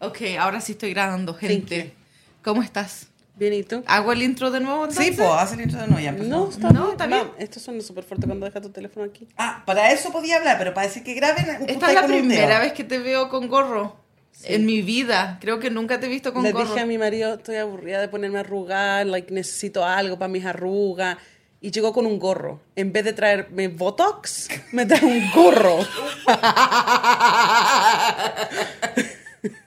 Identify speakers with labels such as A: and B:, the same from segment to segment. A: Ok, ahora sí estoy grabando, gente. ¿Cómo estás?
B: Bien, ¿y tú?
A: ¿Hago el intro de nuevo entonces?
C: Sí, pues, haz el intro de nuevo ya empezamos.
B: No, está
A: No,
B: bien.
A: está bien.
B: Mam, esto suena súper fuerte cuando dejas tu teléfono aquí.
C: Ah, para eso podía hablar, pero para decir que graben...
A: Esta es la primera vez que te veo con gorro en mi vida. Creo que nunca te he visto con
B: Le
A: gorro.
B: dije a mi marido, estoy aburrida de ponerme a arrugar, like, necesito algo para mis arrugas. Y llegó con un gorro. En vez de traerme Botox, me trae un gorro.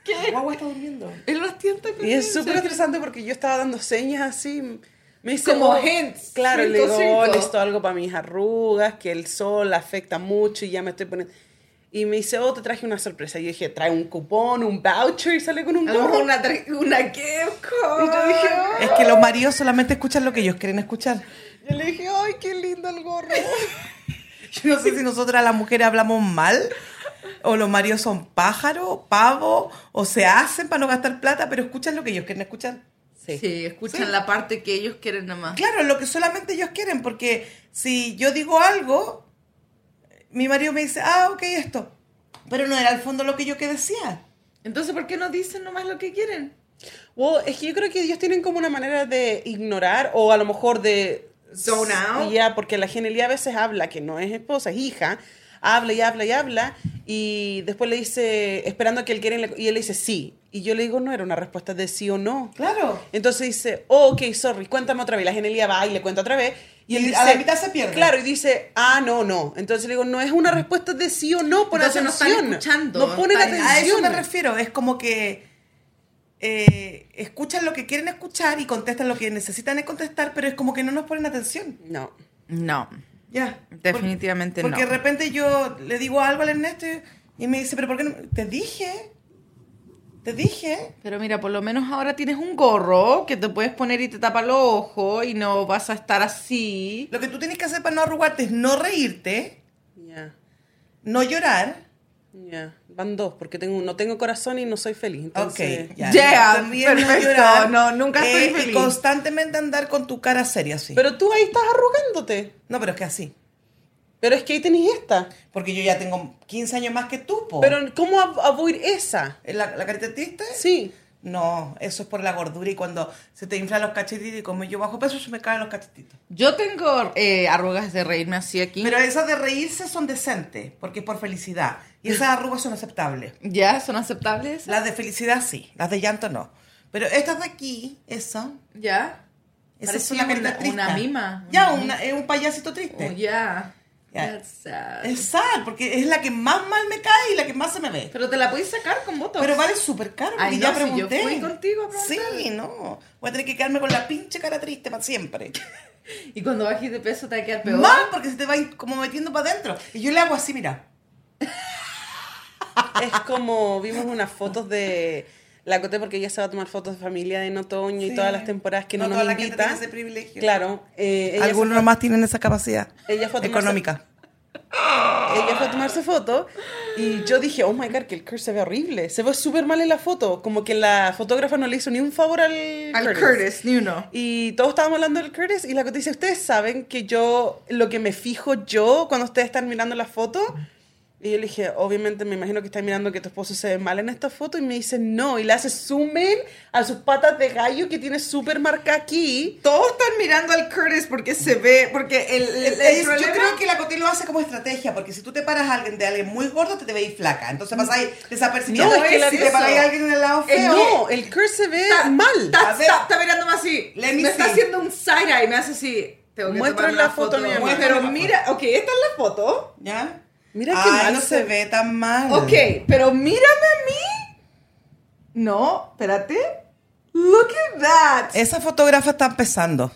C: que... Guagua está durmiendo.
A: Él lo tienta con
B: Y es
A: eso.
B: súper estresante porque yo estaba dando señas así. Me dice,
A: Como
B: oh,
A: hints,
B: Claro,
A: cinco,
B: le digo, oh,
A: cinco.
B: necesito algo para mis arrugas, que el sol afecta mucho y ya me estoy poniendo. Y me dice, oh, te traje una sorpresa. Y yo dije, trae un cupón, un voucher y sale con un
A: A lo mejor
B: gorro.
A: una, tra- una qué
B: Y yo dije,
C: Es que los maridos solamente escuchan lo que ellos quieren escuchar.
B: Yo le dije, ay, qué lindo el gorro.
C: Yo no sé si nosotras las mujeres hablamos mal, o los maridos son pájaros, pavos, o se hacen para no gastar plata, pero escuchan lo que ellos quieren escuchar.
A: Sí, escuchan la parte que ellos quieren nada más.
C: Claro, lo que solamente ellos quieren, porque si yo digo algo, mi marido me dice, ah, ok, esto. Pero no era al fondo lo que yo que decía.
A: Entonces, ¿por qué no dicen nomás lo que quieren?
B: Well, es que yo creo que ellos tienen como una manera de ignorar o a lo mejor de...
A: Zone out.
B: Ya, porque la genialidad a veces habla, que no es esposa, es hija, habla y habla y habla, y después le dice, esperando que él quiera, y le- y él le dice sí. Y yo le digo, no era una respuesta de sí o no.
C: Claro.
B: Entonces dice, oh, ok, sorry, cuéntame otra vez. La genialidad va y le cuenta otra vez. Y, él
C: Y
B: dice,
C: a la mitad se pierde.
B: Claro, y dice, ah, no, no. Entonces le digo, no es una respuesta de sí o no, por
A: Entonces no están
B: atención.
A: escuchando,
B: No ponen
A: están-
B: atención.
C: A eso me refiero, es como que eh, escuchan lo que quieren escuchar y contestan lo que necesitan contestar, pero es como que no nos ponen atención.
B: No.
A: No.
C: Ya.
A: Definitivamente
C: porque,
A: no.
C: Porque de repente yo le digo algo al Ernesto y, y me dice, pero ¿por qué no? Te dije, te dije.
A: Pero mira, por lo menos ahora tienes un gorro que te puedes poner y te tapa los ojos y no vas a estar así.
C: Lo que tú tienes que hacer para no arrugarte es no reírte,
B: Ya.
C: no llorar.
B: Ya, van dos, porque tengo, no tengo corazón y no soy feliz. Entonces,
C: ok, ya.
A: Yeah,
C: No te ríes, no
A: perfecto,
C: llorar, eh,
A: no, nunca estoy
C: y
A: feliz.
C: constantemente andar con tu cara seria así.
B: Pero tú ahí estás arrugándote.
C: no, pero es que así.
B: Pero es que ahí tenés esta.
C: Porque yo ya tengo 15 años más que tú, po.
B: Pero ¿cómo ab- avoid esa?
C: ¿Eh, ¿La, la carita triste?
B: Sí.
C: No, eso es por la gordura y cuando se te inflan los cachetitos y como yo bajo peso se me caen los cachetitos.
A: Yo tengo eh, arrugas de reírme así aquí.
C: Pero esas de reírse son decentes, porque es por felicidad. Y esas arrugas son aceptables.
A: ¿Ya? ¿Son aceptables?
C: Las de felicidad sí, las de llanto no. Pero estas de aquí, esa,
A: ¿Ya?
C: esa es
A: Parecía
C: una carita
A: una-
C: triste.
A: una mima,
C: Ya,
A: una
C: una- es un payasito triste.
A: Oh, ya.
C: Ya.
A: That's sad.
C: Es sad, porque es la que más mal me cae y la que más se me ve.
A: Pero te la puedes sacar con votos.
C: Pero vale súper caro, porque
A: Ay,
C: ya
A: no, si yo
C: pregunté.
A: fui contigo a
C: Sí,
A: preguntar.
C: no. Voy a tener que quedarme con la pinche cara triste para siempre.
A: Y cuando bajes de peso te va a quedar peor.
C: Mal, porque se te va in- como metiendo para adentro. Y yo le hago así, mira.
B: Es como vimos unas fotos de la Cote porque ella se va a tomar fotos de familia de en otoño y
C: Sí.
B: todas las temporadas que no,
C: No
B: nos
C: toda la
B: invita.
C: gente tiene ese privilegio.
B: Claro. eh, ella
C: Algunos nomás tienen esa capacidad
B: Ella fue a tomarse-
C: económica.
B: ella fue a tomarse foto y yo dije, oh my god, que el Kurt se ve horrible. Se ve súper mal en la foto. Como que la fotógrafa no le hizo ni un favor al,
A: Al Curtis, ni uno.
B: Y todos estábamos hablando del Curtis y la cosa dice, ustedes saben que yo, lo que me fijo yo cuando ustedes están mirando la foto. Y yo le dije, obviamente me imagino que están mirando que tu esposo se ve mal en esta foto. Y me dice, no. Y le hace zoom in a sus patas de gallo que tiene súper marca aquí.
A: Todos están mirando al Curtis porque se ve, porque el, el- el
C: Es- yo
A: problema-
C: creo que la Coté lo hace como estrategia, porque si tú te paras a alguien de alguien muy gordo, te, te veis flaca. Entonces vas ahí desapercibida.
B: No, es que la-
C: si te paras a
A: eso.
C: alguien del lado
A: Es
C: feo.
B: No, el Curtis se ve
A: está
B: mal.
A: Está,
C: A ver.
A: está- está mirándome así.
C: Let me
A: me está
C: see.
A: haciendo un side eye. Me hace así. Tengo que
B: Muestra
A: tomar
B: la
A: una
B: foto, mi amor.
C: Muestra
A: Pero
C: la
A: mira, ok, esta es la foto.
C: ¿Ya?
B: Mira
C: Ay,
B: qué mal
C: no
B: se
C: se
B: ve.
C: ve tan mal.
A: Ok, pero mírame a mí. No, espérate. Look at that.
C: Esa fotógrafa está empezando.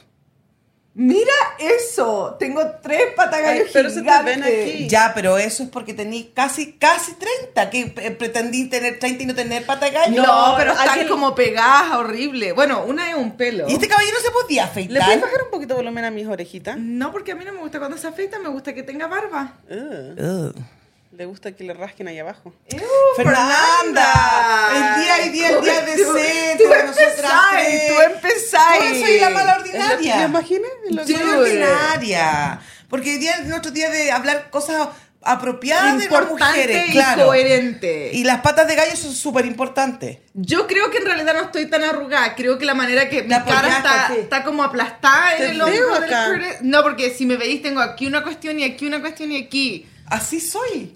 A: Mira eso. Tengo tres patagallos
B: Ay, pero se te
A: gigantes.
B: ven aquí. Sí.
C: Ya, pero eso es porque tení casi, casi 30, que eh, pretendí tener 30 y no tener pata de gallo.
A: No, pero
B: no,
A: están
B: alguien-
A: como pegadas, horrible. Bueno, una es un pelo.
C: Y este caballero se podía
B: ¿Le puedes
C: afeitar.
B: bajar un poquito de volumen a mis orejitas?
A: No, porque a mí no me gusta cuando se afeita, me gusta que tenga barba.
B: Ugh,
C: Ugh.
B: le gusta que le rasquen ahí abajo.
A: ¡Ew,
C: Fernanda, el día y día, el día de
A: Tú-
C: ser,
A: Tú
C: de nosotras
A: empezáis,
C: tres.
A: tú empezáis.
C: Yo soy la mala
B: ¿Es lo- ¿Te
C: ordinaria.
B: imaginas? Es lo que-
C: Soy
A: Dude.
C: ordinaria. Porque hoy día es nuestro día de hablar cosas apropiada de las
A: Importante
C: mujeres,
A: y
C: claro.
A: coherente.
C: Y las patas de gallo son súper importantes.
A: Yo creo que en realidad no estoy tan arrugada. Creo que la manera que mi
C: La
A: cara
C: apoyaste,
A: está,
C: sí.
A: está como aplastada
B: Te
A: en el
B: veo
A: hombro del
B: acá.
A: Curtis. No, porque si me veis tengo aquí una cuestión y aquí una cuestión y aquí.
C: Así soy.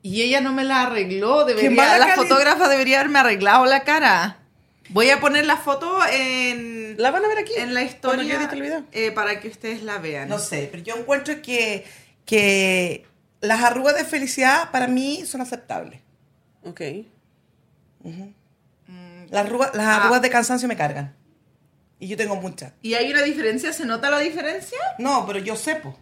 A: Y ella no me la arregló. Debería,
C: mala
A: la
C: cali-
A: fotógrafa debería haberme arreglado la cara. Voy a poner la foto en,
B: La van a ver aquí.
A: en la
B: cuando yo
A: historia
B: edite el video.
A: eh, para que ustedes la vean.
C: No sé, pero yo encuentro que, que las arrugas de felicidad para mí son aceptables.
B: Ok.
C: Las arrugas, las
A: Ah.
C: arrugas de cansancio me cargan. Y yo tengo muchas.
A: ¿Y hay una diferencia? ¿Se nota la diferencia?
C: No, pero yo sepo.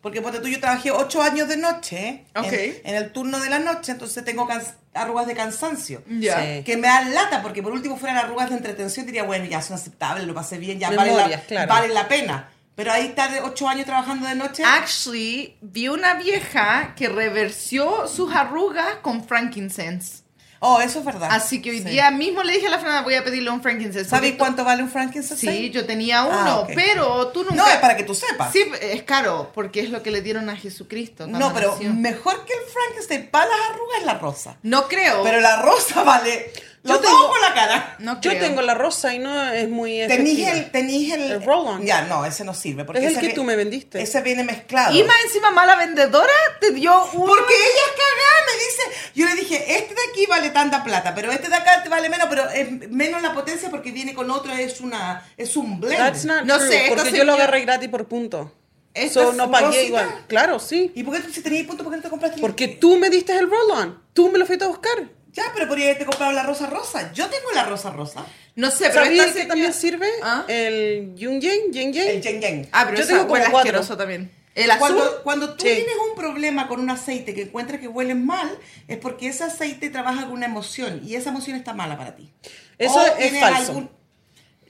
C: Porque ponte tú, yo trabajé ocho años de noche, ¿eh?
A: Ok.
C: en, en el turno de la noche, entonces tengo cans- arrugas de cansancio.
A: Ya.
B: Sí.
C: Que me dan lata, porque por último fueran arrugas de entretención, diría, bueno, ya son aceptables, lo pasé bien, ya vale la,
B: Memorias, claro.
C: vale la pena. Pero ahí estar de ocho años trabajando de noche,
A: Actually, vi una vieja que reversió sus arrugas con frankincense.
C: oh, eso es verdad.
A: Así que hoy
C: Sí.
A: día mismo le dije a la Fernanda, voy a pedirle un frankincense.
C: ¿Sabes
A: Porque tú-
C: cuánto vale un frankincense?
A: Sí, yo tenía uno,
C: Ah, ok.
A: pero tú nunca...
C: No, es para que tú sepas.
A: Sí, es caro, porque es lo que le dieron a Jesucristo. cuando
C: no, pero
A: nació.
C: mejor que el frankincense para las arrugas es la rosa.
A: No creo.
C: Pero la rosa vale...
B: Yo
C: Lo
B: tengo-
C: tengo con la cara.
A: no
B: Yo
A: creo.
B: tengo la rosa y no es muy
C: Tenís
B: efectiva.
C: el, tenís el,
B: El roll-on.
C: Ya, no, ese no sirve. Porque
B: Es el
C: ese
B: que
C: vi-
B: tú me vendiste.
C: Ese viene mezclado.
A: Y más encima mala vendedora te dio uno.
C: Porque ella es cagada, me dice. Yo le dije, este de aquí vale tanta plata, pero este de acá te vale menos, pero es menos la potencia porque viene con otro, es una es un blend.
B: That's not
A: No
B: true,
A: sé, esta
B: porque yo lo
A: señora-
B: agarré gratis por punto.
C: Esta
B: Eso
C: es
B: no pagué
C: rosita.
B: igual. Claro, sí.
C: ¿Y por qué tú si tenías punto, por qué no te compraste el-
B: Porque tú me diste el roll-on. Tú me lo fuiste a buscar.
C: Ya, pero podría haberte comprado la rosa rosa. Yo tengo la rosa rosa.
A: No sé, pero esta
B: ¿Sabías que
A: señora-
B: también sirve?
A: ¿Ah?
B: El Yung Yang, Yang
C: El
B: Yang.
C: Yen Yen.
A: Ah, pero
B: Yo
A: esa
B: tengo como
A: huele
B: cuatro.
A: asqueroso también. El azul...
C: Cuando, cuando tú
B: Sí.
C: tienes un problema con un aceite que encuentras que huele mal, es porque ese aceite trabaja con una emoción y esa emoción está mala para ti.
B: Eso es
C: tienes
B: falso.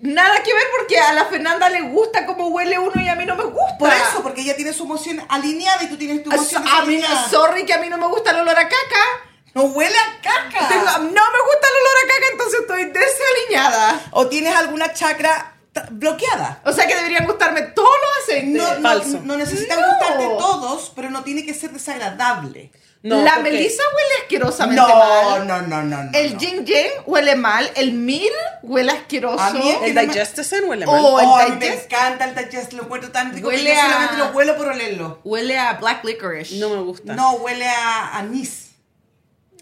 A: Nada que ver porque a la Fernanda le gusta cómo huele uno y a mí no me gusta.
C: Por eso, porque ella tiene su emoción alineada y tú tienes tu
A: Ah,
C: emoción
A: so- a mí,
C: desalineada.
A: sorry que a mí no me gusta el olor a caca.
C: No huele a caca.
A: Tengo- no me gusta el olor a caca, entonces estoy desaliñada.
C: O tienes alguna chacra t- bloqueada.
A: O sea que deberían gustarme todos los aceites.
C: No, no-
B: falso.
C: no necesitan
A: Este, No.
C: gustarte todos, pero no tiene que ser desagradable.
B: No,
A: la
B: porque-
A: melisa huele asquerosamente
C: No,
A: mal.
C: no, no, no, no.
A: El
C: no.
A: yin yang huele mal. El mir huele asqueroso.
C: A mí
B: El Digesticen huele mal.
A: Oh,
C: Oh,
A: el
C: a mí me
A: digest-
C: encanta el digest, lo encuentro tan rico
A: Huele
C: que yo solamente
A: a-
C: lo huelo por olerlo.
A: Huele a black licorice.
B: No me gusta.
C: No, huele a anís.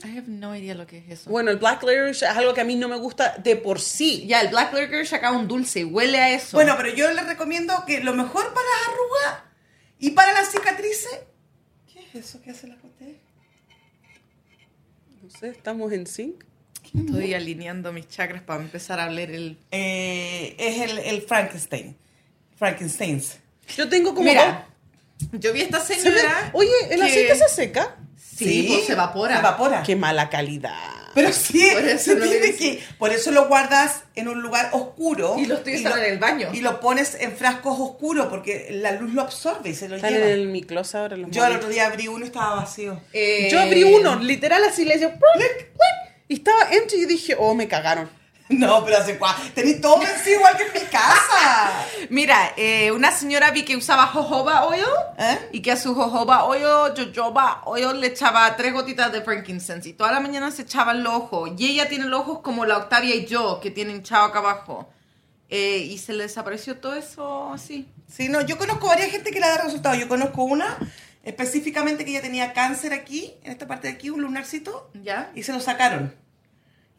A: I have no idea lo que es eso.
B: Bueno, el Black Licorice es algo que a mí no me gusta de por sí.
A: Ya, el black licorice acá un dulce y huele a eso.
C: Bueno, pero yo les recomiendo que lo mejor para las arrugas y para las cicatrices. ¿Qué es eso que hace la Coté?
B: No sé, estamos en sync.
A: estoy alineando mis chakras para empezar a oler el
C: Eh, es el, el Frankenstein. Frankenstein's.
B: Yo tengo como
A: Mira, yo vi a esta
B: dos- se ve-
A: señora.
B: Oye, ¿el
A: que-
B: aceite se seca?
A: Sí, pues, se evapora.
C: Se evapora.
B: Qué mala calidad.
C: Pero sí,
A: Por eso
C: se
A: no
C: tiene
A: debe
C: que- por eso lo guardas en un lugar oscuro.
A: Y lo estoy usando
C: lo-
A: en el baño.
C: Y lo pones en frascos oscuros porque la luz lo absorbe y se lo
B: Están
C: lleva.
B: en el, mi closet ahora los
C: Yo el
B: móviles.
C: otro día abrí uno y estaba vacío.
A: eh,
B: Yo abrí uno, literal así le decía, "Pluc, pluc", y estaba empty y dije, oh, me cagaron.
C: No, pero hace cuá. Tení todo vencido igual que en mi casa.
A: Mira, eh, una señora vi que usaba jojoba oil
C: ¿Eh?
A: y que a su jojoba oil, jojoba oil le echaba tres gotitas de frankincense y toda la mañana se echaba el ojo. Y ella tiene los ojos como la Octavia y yo, que tienen chao acá abajo. Eh, y se le desapareció todo eso así.
C: Sí, no, yo conozco varias gente que le da resultado. Yo conozco una específicamente que ella tenía cáncer aquí, en esta parte de aquí, un lunarcito,
A: ¿Ya?
C: y se lo sacaron.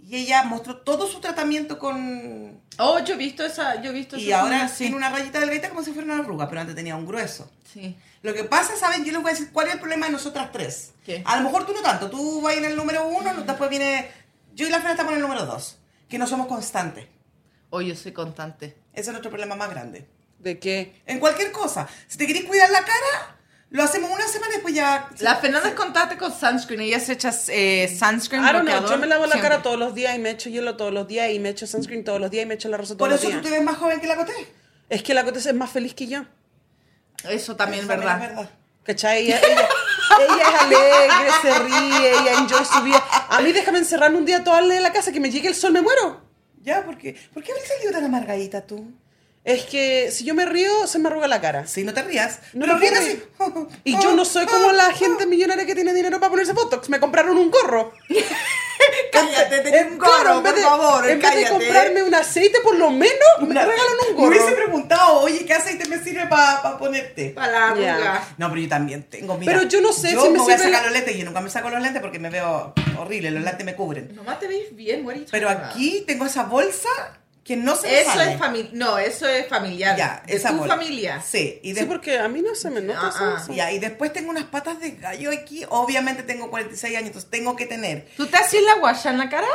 C: Y ella mostró todo su tratamiento con...
A: Oh, yo he visto esa, yo he visto
C: Y
A: esa
C: ahora
A: señora, sí.
C: tiene una rayita delgadita como si fuera una arruga, pero antes tenía un grueso.
A: Sí.
C: Lo que pasa, ¿saben? Yo les voy a decir cuál es el problema de nosotras tres.
A: ¿Qué?
C: A lo mejor tú no tanto. Tú vas en el número uno, después viene... Yo y la Fran estamos en el número dos. Que no somos constantes.
A: Oh, yo soy constante.
C: Ese es nuestro problema más grande.
B: ¿De qué?
C: En cualquier cosa. Si te querés cuidar la cara, lo hacemos una semana y después ya...
A: La Fernanda es contacta con sunscreen. Ella se echa eh, sunscreen.
B: I don't know,
A: bloqueador
B: yo me lavo la
A: siempre.
B: cara todos los días y me echo hielo todos los días y me echo sunscreen todos los días y me echo la rosa
C: Por
B: todos los
C: eso
B: días.
C: tú te ves más joven que la Coté.
B: Es que la Cotes es más feliz que yo.
A: Eso también es
C: Eso
A: verdad.
C: es verdad.
B: ¿Cachai? Ella, ella- ella es alegre, se ríe, ella enjoy su vida. A mí déjame encerrarme un día toda la- en la casa, que me llegue el sol, me muero.
C: Ya, porque... ¿Por qué habrías salido tan amargadita tú?
B: es que si yo me río, se me arruga la cara.
C: Sí, no te rías.
B: No
C: pero
B: me puedo
C: ríete
B: reír.
C: así.
B: Y yo no soy como la gente millonaria que tiene dinero para ponerse Botox. Me compraron un gorro.
A: Cállate, te
B: En- claro, en vez de- En vez de comprarme un aceite, por lo menos me regalan un
C: ¿eh? Me hubiese
B: gorro.
C: preguntado, oye, ¿qué aceite me sirve para ponerte?
A: Para la
B: Ya.
A: arruga.
C: No, pero yo también tengo, mira.
B: Pero yo no sé
C: yo
B: si me
C: voy a
B: sirve
C: sacar
B: la-
C: los lentes. Yo nunca me saco los lentes porque me veo horrible. Los lentes me cubren.
A: Nomás te veis bien, what are you talking
C: Pero
A: about?
C: aquí tengo esa bolsa que no se me
A: Eso
C: sale.
A: es familiar. No, eso es familiar.
C: Ya,
A: de
C: esa
A: tu
C: bolsa.
A: familia.
C: Sí. Y
B: Sí,
C: después
B: porque a mí no se me nota eso.
A: Ah, ah.
B: eso.
C: Ya, y después tengo unas patas de gallo aquí. Obviamente tengo 46 años, entonces tengo que tener.
A: ¿Tú te haces la guasha en la cara?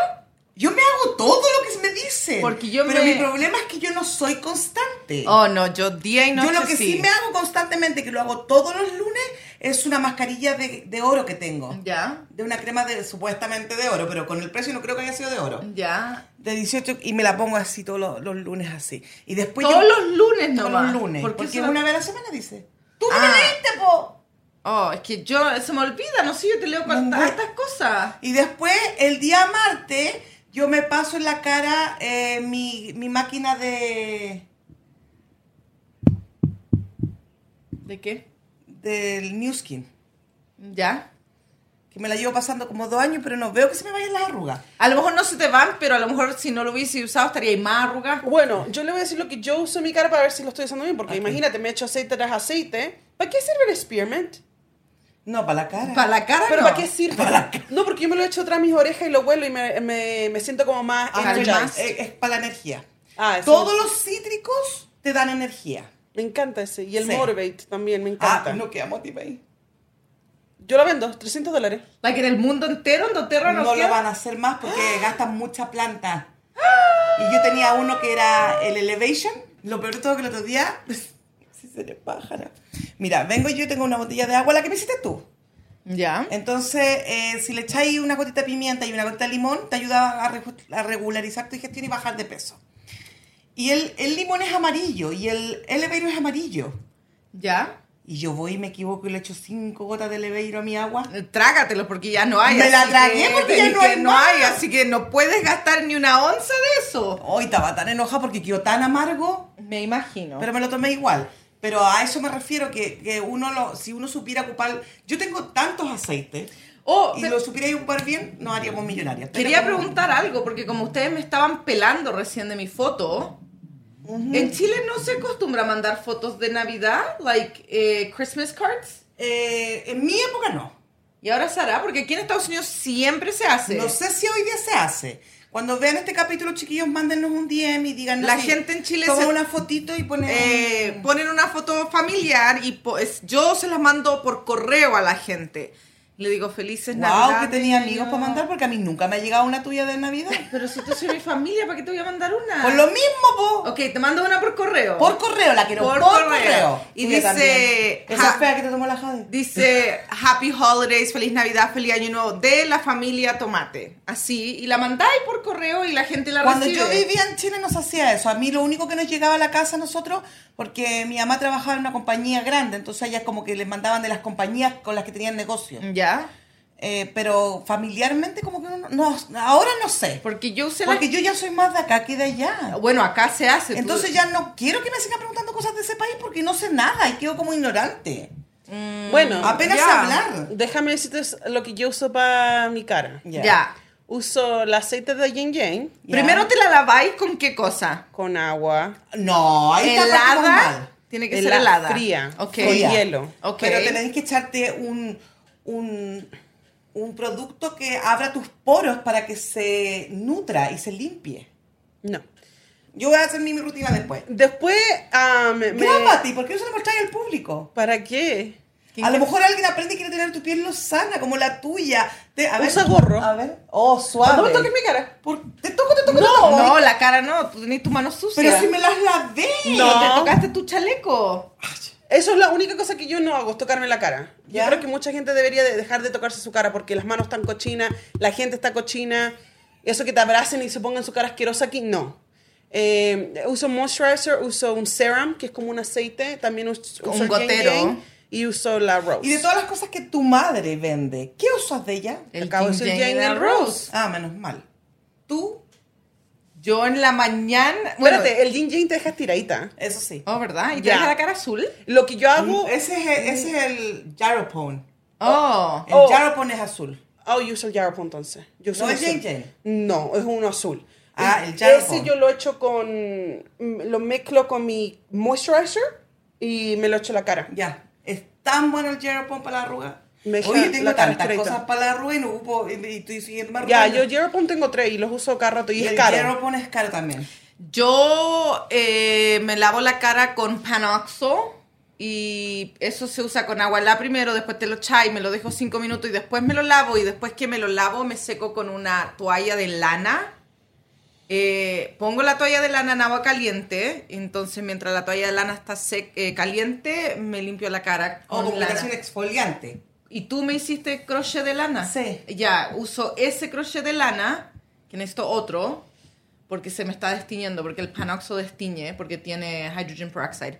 C: Yo me hago todo lo que me dicen.
A: Porque yo
C: pero
A: me-
C: mi problema es que yo no soy constante.
A: Oh, no, yo día y noche
C: yo lo que sí. me hago constantemente, que lo hago todos los lunes, es una mascarilla de, de oro que tengo.
A: Ya,
C: De una crema de supuestamente de oro, pero con el precio no creo que haya sido de oro.
A: ya.
C: De 18 y me la pongo así todos los, los lunes así. Y después
A: Todos
C: Pues yo-
A: los lunes
C: todos
A: nomás.
C: los lunes.
A: ¿Por qué
C: porque
A: se la-
C: una vez a la semana dice. ¡Tú
A: Ah.
C: me leíste, po!
A: Oh, es que yo, se me olvida, no sé, yo te leo
C: Ningún-
A: cuantas estas cosas.
C: Y después, el día martes, yo me paso en la cara eh, mi, mi máquina de
A: ¿De qué?
C: del New Skin.
A: Ya.
C: Que me la llevo pasando como dos años, pero no veo que se me vayan las arrugas.
A: A lo mejor no se te van, pero a lo mejor si no lo hubiese usado estaría ahí más arrugas.
B: Bueno, yo le voy a decir lo que yo uso en mi cara para ver si lo estoy usando bien, porque
C: Ok.
B: imagínate, me echo aceite tras aceite. ¿Para qué sirve el spearmint?
C: No, para la cara.
A: Para la cara
B: ¿Pero
A: no.
B: para qué sirve? No, porque yo me lo echo tras mis orejas y lo huelo y me, me- me siento como más
C: Ah,
A: Calma.
C: es,
B: energized.
C: es- es para la energía.
B: Ah, eso-
C: Todos los cítricos te dan energía.
B: Me encanta ese. Y el
C: Sí.
B: Motivate también, me
C: Ah,
B: encanta.
C: no queda motivate.
B: Yo lo vendo, 300 dólares.
A: Like en el mundo entero, en Doterra no,
C: No
A: queda.
C: lo van a hacer más porque gastan mucha planta. Y yo tenía uno que era el Elevation. Lo peor de todo que el otro día. Si seré pájara. Mira, vengo y yo tengo una botella de agua, la que me hiciste tú.
A: Ya.
C: Entonces, eh, si le echáis una gotita de pimienta y una gotita de limón, te ayuda a, regu- a regularizar tu digestión y bajar de peso. Y el, el limón es amarillo y el Elevator es amarillo.
A: Ya.
C: Y yo voy y me equivoco y le echo cinco gotas de Elevator a mi agua.
A: Eh, Trágatelo porque ya no hay.
C: Me la
A: así
C: tragué
A: que-
C: porque ya no
A: que
C: hay
A: no
C: más.
A: hay, así que no puedes gastar ni una onza de eso.
C: Hoy estaba tan enojada porque quedó tan amargo.
A: Me imagino.
C: Pero me lo tomé igual. Pero a eso me refiero, que, que uno lo, si uno supiera ocupar... Yo tengo tantos aceites
A: oh,
C: y
A: pero-
C: lo supiera ocupar bien, nos haríamos millonarias. Pero
A: Quería
C: como-
A: preguntar algo, porque como ustedes me estaban pelando recién de mi foto, en Chile no se acostumbra a mandar fotos de Navidad, like eh, Christmas cards.
C: Eh, en mi época no.
A: Y ahora se hará, porque aquí en Estados Unidos siempre se hace.
C: No sé si hoy día se hace. Cuando vean este capítulo, chiquillos, mándenos un DM y digan...
A: La gente en Chile
C: Toma
A: se-
C: una fotito y ponen...
A: Eh, ponen una foto familiar y po- es- yo se las mando por correo a la gente. Le digo, felices
C: wow,
A: Navidad.
C: que tenía
A: niño".
C: amigos para mandar, porque a mí nunca me ha llegado una tuya de Navidad.
A: Pero si tú soy mi familia, ¿para qué te voy a mandar una?
C: Por lo mismo, po.
A: Ok, te mando una por correo.
C: Por correo, la quiero por, correo.
A: Y
C: Tuya
A: dice,
C: también. Esa
A: ja-
C: fea que te tomó la Jade.
A: Dice Happy Holidays, feliz Navidad, feliz año nuevo de la familia Tomate. Así, y la mandáis por correo y la gente la
C: Cuando
A: recibe.
C: yo vivía en Chile no se hacía eso. A mí lo único que nos llegaba a la casa a nosotros, porque mi mamá trabajaba en una compañía grande, entonces ellas como que les mandaban de las compañías con las que tenían negocio.
A: Ya.
C: Eh, pero familiarmente como que no, no- ahora no sé.
A: Porque yo usé la.
C: Porque yo ya soy más de acá que de allá.
A: Bueno, acá se hace. tú-
C: Entonces ya no quiero que me sigan preguntando cosas de ese país porque no sé nada y quedo como ignorante. Mm.
B: bueno,
C: Apenas
A: ya.
C: sé hablar.
B: déjame decirte es- lo que yo uso para mi cara.
A: Ya.
B: Uso el aceite de Yin Yang
C: Ya.
A: Primero te la laváis con qué cosa?
B: con agua.
C: No, ahí está la parte muy mal.
A: Helada. Tiene que ser
B: Hela-
A: helada.
B: fría,
A: Ok.
B: con
C: Fría.
B: hielo.
A: Ok.
C: Pero tenés que echarte un, un, un producto que abra tus poros para que se nutra y se limpie.
B: No.
C: Yo voy a hacer mi, mi rutina después.
B: Después, ah, me- me-
C: Grábate, ¿por qué no se lo mostráis al público?
B: ¿Para qué?
C: A lo mejor alguien aprende y quiere tener tu piel sana, como la tuya. Te, a ver,
B: Usa gorro.
C: A ver. Oh,
B: ¿Cuándo me
C: suave.
B: toques mi cara?
C: Por- te toco, te toco, te toco.
A: No, la cara no. Tú tenés tus manos sucias.
C: Pero si me las lavé.
B: No.
A: Te tocaste tu chaleco.
B: Eso es la única cosa que yo no hago, es tocarme la cara.
C: ¿Ya?
B: Yo creo que mucha gente debería de dejar de tocarse su cara porque las manos están cochinas, la gente está cochina. Eso que te abracen y se pongan su cara asquerosa aquí, no. Eh, uso moisturizer, uso un serum, que es como un aceite, también us- uso
A: Un
B: el Yin
A: gotero.
B: Yang, y uso la Rose.
C: Y de todas las cosas que tu madre vende, ¿qué usas de ella?
B: Acabo de
A: Jin
B: ser
A: Yang
B: Jane
A: y
B: el
A: el
B: Rose.
C: Ah, menos mal. ¿Tú?
A: Yo en la mañana. Bueno,
B: Espérate, el Jin Jin te deja tiradita.
C: Eso sí.
A: Oh, ¿verdad? ¿Y te
B: Ya.
A: deja la cara azul?
B: Lo que yo hago.
C: Ese es el, ese es el Jaropone.
A: Oh.
C: El
B: Oh.
C: Jaropone es azul.
B: Oh, yo uso el Yarpo entonces. Yo uso
C: ¿No
B: un
C: es
B: azul.
C: Jin Jin?
B: No, es uno azul.
C: Ah,
B: Y
C: el Yarpo.
B: Ese yo lo echo con. mm, Lo mezclo con mi moisturizer y me lo echo en la cara.
C: Ya. Es tan bueno el Jaropone para la arruga.
B: Me deja
C: Oye, tengo
B: la cara
C: tantas
B: estrecha.
C: cosas para la arruga y no ocupo. Y, y estoy siguiendo más
B: Ya, yo
C: arrugando.
B: Yarpo tengo tres y los uso cada rato y,
C: Y
B: es
C: el
B: caro.
C: Jaropone es caro también.
A: Yo eh, me lavo la cara con panoxo y eso se usa con agua la primero, después te lo echas y me lo dejo cinco minutos y después me lo lavo y después que me lo lavo me seco con una toalla de lana. Eh, pongo la toalla de lana en agua caliente, entonces mientras la toalla de lana está sec- eh, caliente me limpio la cara con
C: O
A: lana.
C: comunicación exfoliante.
A: ¿Y tú me hiciste crochet de lana?
C: Sí.
A: Ya, uso ese crochet de lana, que necesito otro, porque se me está destiñendo, porque el panoxo destiñe, porque tiene hydrogen peroxide.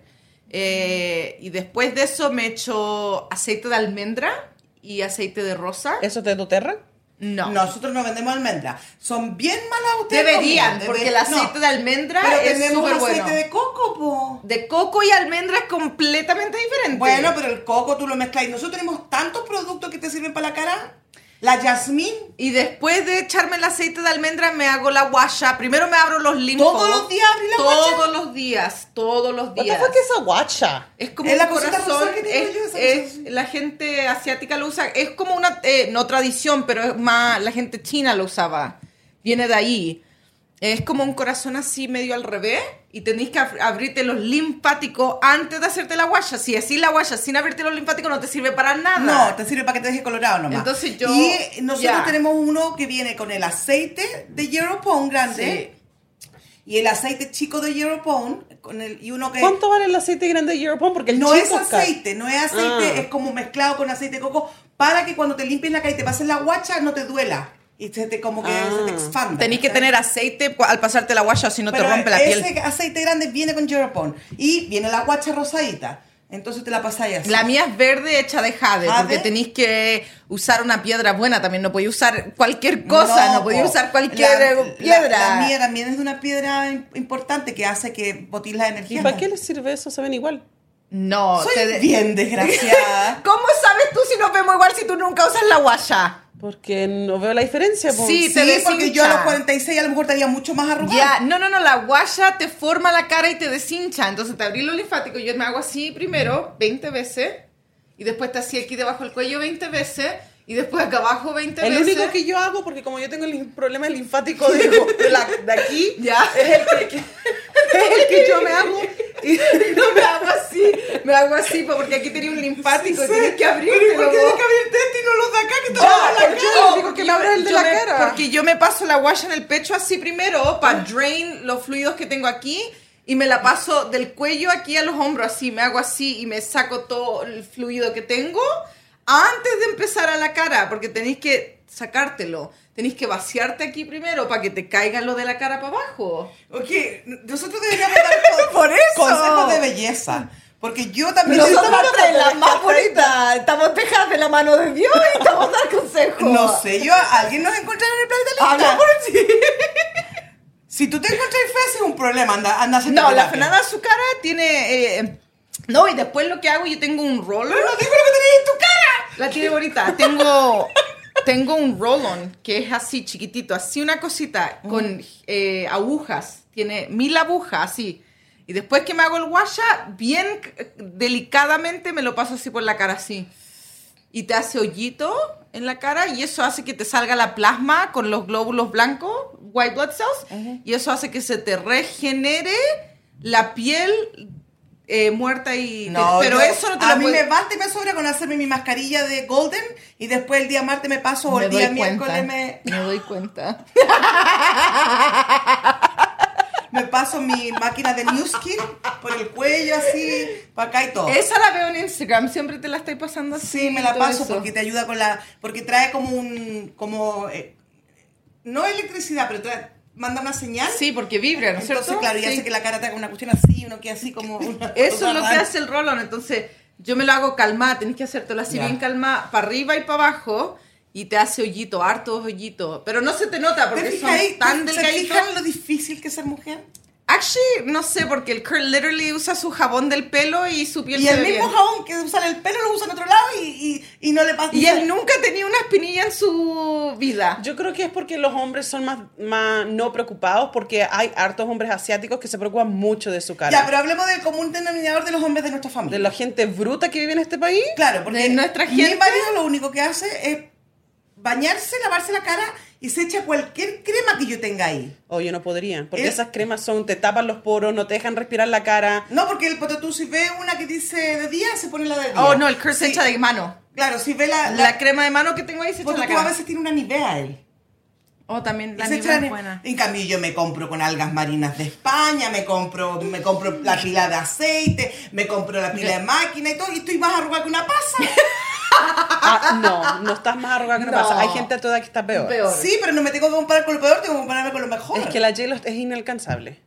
A: Eh, y después de eso me echo aceite de almendra y aceite de rosa.
B: ¿Eso es de Doterra?
A: No.
C: Nosotros no vendemos almendra. Son bien malas ustedes.
A: Deberían,
C: conmigo.
A: porque
C: Debe-
A: el aceite
C: no.
A: de almendra
C: Pero
A: es
C: tenemos
A: súper
C: aceite
A: bueno.
C: de coco, po.
A: De coco y almendra es completamente diferente.
C: Bueno, pero el coco tú lo mezclas. Y nosotros tenemos tantos productos que te sirven para la cara. La yasmín,
A: Y después de echarme el aceite de almendra, me hago la guasha. Primero me abro los limos.
C: ¿Todos los días abrí la
A: Todos
C: guasha?
A: los días, todos los
B: ¿Qué
A: días.
B: fue que esa guacha?
A: Es como
C: Es
A: un
C: la cosita
A: corazón.
C: rosa que tengo
A: Es,
C: yo, esa
A: es-
C: cosa.
A: la gente asiática lo usa. Es como una, eh, no tradición, pero es más, la gente china lo usaba. Viene de ahí. Es como un corazón así medio al revés y tenéis que ab- abrirte los linfáticos antes de hacerte la guasha. Si así la guasha sin abrirte los linfáticos no te sirve para nada.
C: No, te sirve para que te dejes colorado nomás.
A: Entonces yo-
C: Y nosotros
A: ya.
C: tenemos uno que viene con el aceite de Hero Pound grande. Y el aceite chico de Hero Pound. Con el, y uno que.
B: ¿Cuánto vale el aceite grande de Europon? Porque el
C: Eh, No es
B: chico ca-
C: aceite, no es aceite,
B: Ah.
C: es como mezclado con aceite de coco para que cuando te limpies la cara y te pases la guacha no te duela y se te como que
B: Ah.
C: se te expanda.
A: Tenéis que tener aceite cu- al pasarte la guasha, si no te
C: Pero
A: rompe la piel.
C: Ese aceite grande viene con Jeropon y viene la guacha rosadita. Entonces te la pasáis así.
A: La mía es verde hecha de jade,
C: Jade.
A: porque tenéis que usar una piedra buena también. No podéis usar cualquier cosa, no, podéis
C: po.
A: usar cualquier
C: La-
A: eh,
C: la-
A: piedra.
C: La, mía también es de una piedra im- importante que hace que botís la energía.
B: ¿Y para qué les sirve eso? Se ven igual.
A: No,
C: Soy
A: te de-
C: bien desgraciada.
A: ¿Cómo sabes tú si nos vemos igual si tú nunca usas la guaya?
B: Porque no veo la diferencia. pues. po.
A: Sí,
C: Sí,
A: te deshincha.
C: porque yo a los 46 a lo mejor estaría mucho más
A: Ya,
C: arrugada.
A: no, no, no, la guaya te forma la cara y te deshincha. Entonces te abrí lo linfático, yo me hago así primero 20 veces y después te hacía aquí debajo del cuello 20 veces y después acá abajo 20
B: El
A: veces.
B: único que yo hago, porque como yo tengo el problema linfático de, de la- de aquí,
A: Ya.
B: es, el que, es el que yo me hago. Y,
A: No me hago así, me hago así po, porque aquí tenía un linfático y tienes que abrirte.
C: abrirte este y no los de acá que te
B: Ya, pero yo lo único que me abro es el de la cara. Ah.
A: Porque oh, yo me paso la guaya en el pecho así primero para drain los fluidos que tengo aquí y me la paso del cuello aquí a los hombros así, me hago así y me saco todo el fluido que tengo antes de empezar a la cara porque tenéis que sacártelo. Tenéis que vaciarte aquí primero para que te caiga lo de la cara para abajo.
C: Ok, nosotros deberíamos dar con-
A: Por eso.
C: consejos de belleza. Porque yo también...
A: más bonita, estamos dejadas de la mano de Dios y estamos dar consejos.
C: No sé, yo alguien nos encuentra en el planeta Lista.
A: Habla por ti.
C: Si tú te encuentras fea, ese es un problema. Anda, anda a hacerte
A: No, la
C: terapia.
A: Fernanda su cara tiene. eh, no, y después lo que hago, yo tengo un roller.
C: No digo lo que tenés en tu cara.
A: La tiene bonita. Tengo. Tengo un roll-on que es así, chiquitito, así una cosita,
C: Mm.
A: con eh, agujas. Tiene mil agujas, así. Y después que me hago el washa, bien eh, delicadamente me lo paso así por la cara, así. Y te hace hoyito en la cara y eso hace que te salga la plasma con los glóbulos blancos, white blood cells. Y eso hace que se te regenere la piel eh, muerta y... pero
C: yo-
A: eso no te
C: A
A: lo
C: mí
A: puede-
C: me basta y me sobra con hacerme mi mascarilla de Golden y después el día martes me paso o
A: Me
C: el día
A: doy
C: miércoles
A: cuenta.
C: me,
A: Me doy cuenta.
C: me paso mi máquina de New Skin por el cuello así, para acá y todo.
A: Esa la veo en Instagram, siempre te la estoy pasando así.
C: Sí, me
A: y
C: la
A: todo
C: paso
A: eso.
C: porque te ayuda con la. Porque trae como un. como. eh, no electricidad, pero trae- manda una señal.
A: Sí, porque vibra, ¿no es
C: Entonces,
A: cierto?
C: claro, ya
A: Sí.
C: sé que la cara te haga una cuestión así, uno que así como. una
A: Eso
C: cosa
A: es lo que
C: rara.
A: hace el rolón, entonces yo me lo hago calmada, tenés que hacértelo así
C: Ya.
A: bien calmada, para arriba y para abajo, y te hace hoyito, hartos hoyitos. Pero no se te nota
C: ¿Te
A: porque
C: fijas
A: son
C: ahí?
A: tan
C: ¿Te- ¿Se fijan
A: delgaditos.
C: lo difícil que es ser mujer?
A: Actually, no sé, porque el Kurt literally usa su jabón del pelo y su piel
C: Y
A: se
C: el
A: ve
C: mismo
A: bien.
C: jabón que usa en el pelo lo usa en otro lado y, y, y no le pasa
A: Y él nunca tenía una espinilla en su vida.
B: Yo creo que es porque los hombres son más, más no preocupados porque hay hartos hombres asiáticos que se preocupan mucho de su cara.
C: Ya, pero hablemos del común denominador de los hombres de nuestra familia.
B: De la gente bruta que vive en este país.
C: Claro, porque
A: de nuestra gente.
C: mi marido lo único que hace es bañarse, lavarse la cara y se echa cualquier crema que yo tenga ahí.
B: O Oh, yo no podría, porque
C: ¿Eh?
B: esas cremas son, te tapan los poros, no te dejan respirar la cara.
C: No, porque el patatú si ve una que dice de día, se pone la de día.
A: Oh, no, el Kurt se
C: Sí,
A: echa de mano.
C: Claro, si ve la...
A: La,
C: la,
A: crema de mano que tengo ahí se echa en la
C: Ponte tú, a
A: cara.
C: veces tiene una nivea él.
A: Oh, también la
C: Y se
A: Nivea
C: echan-
A: es buena.
C: En cambio, yo me compro con algas marinas de España, me compro, me compro la pila de aceite, me compro la pila de máquina y todo, y estoy más arrugada que una pasa.
B: Ah, no, no estás más arrugada que no,
A: No.
B: pasa. Hay gente a toda que está peor.
A: Peor.
C: Sí, pero no me tengo que comparar con lo peor, tengo que compararme con lo mejor.
B: Es que la J-Lo es inalcanzable.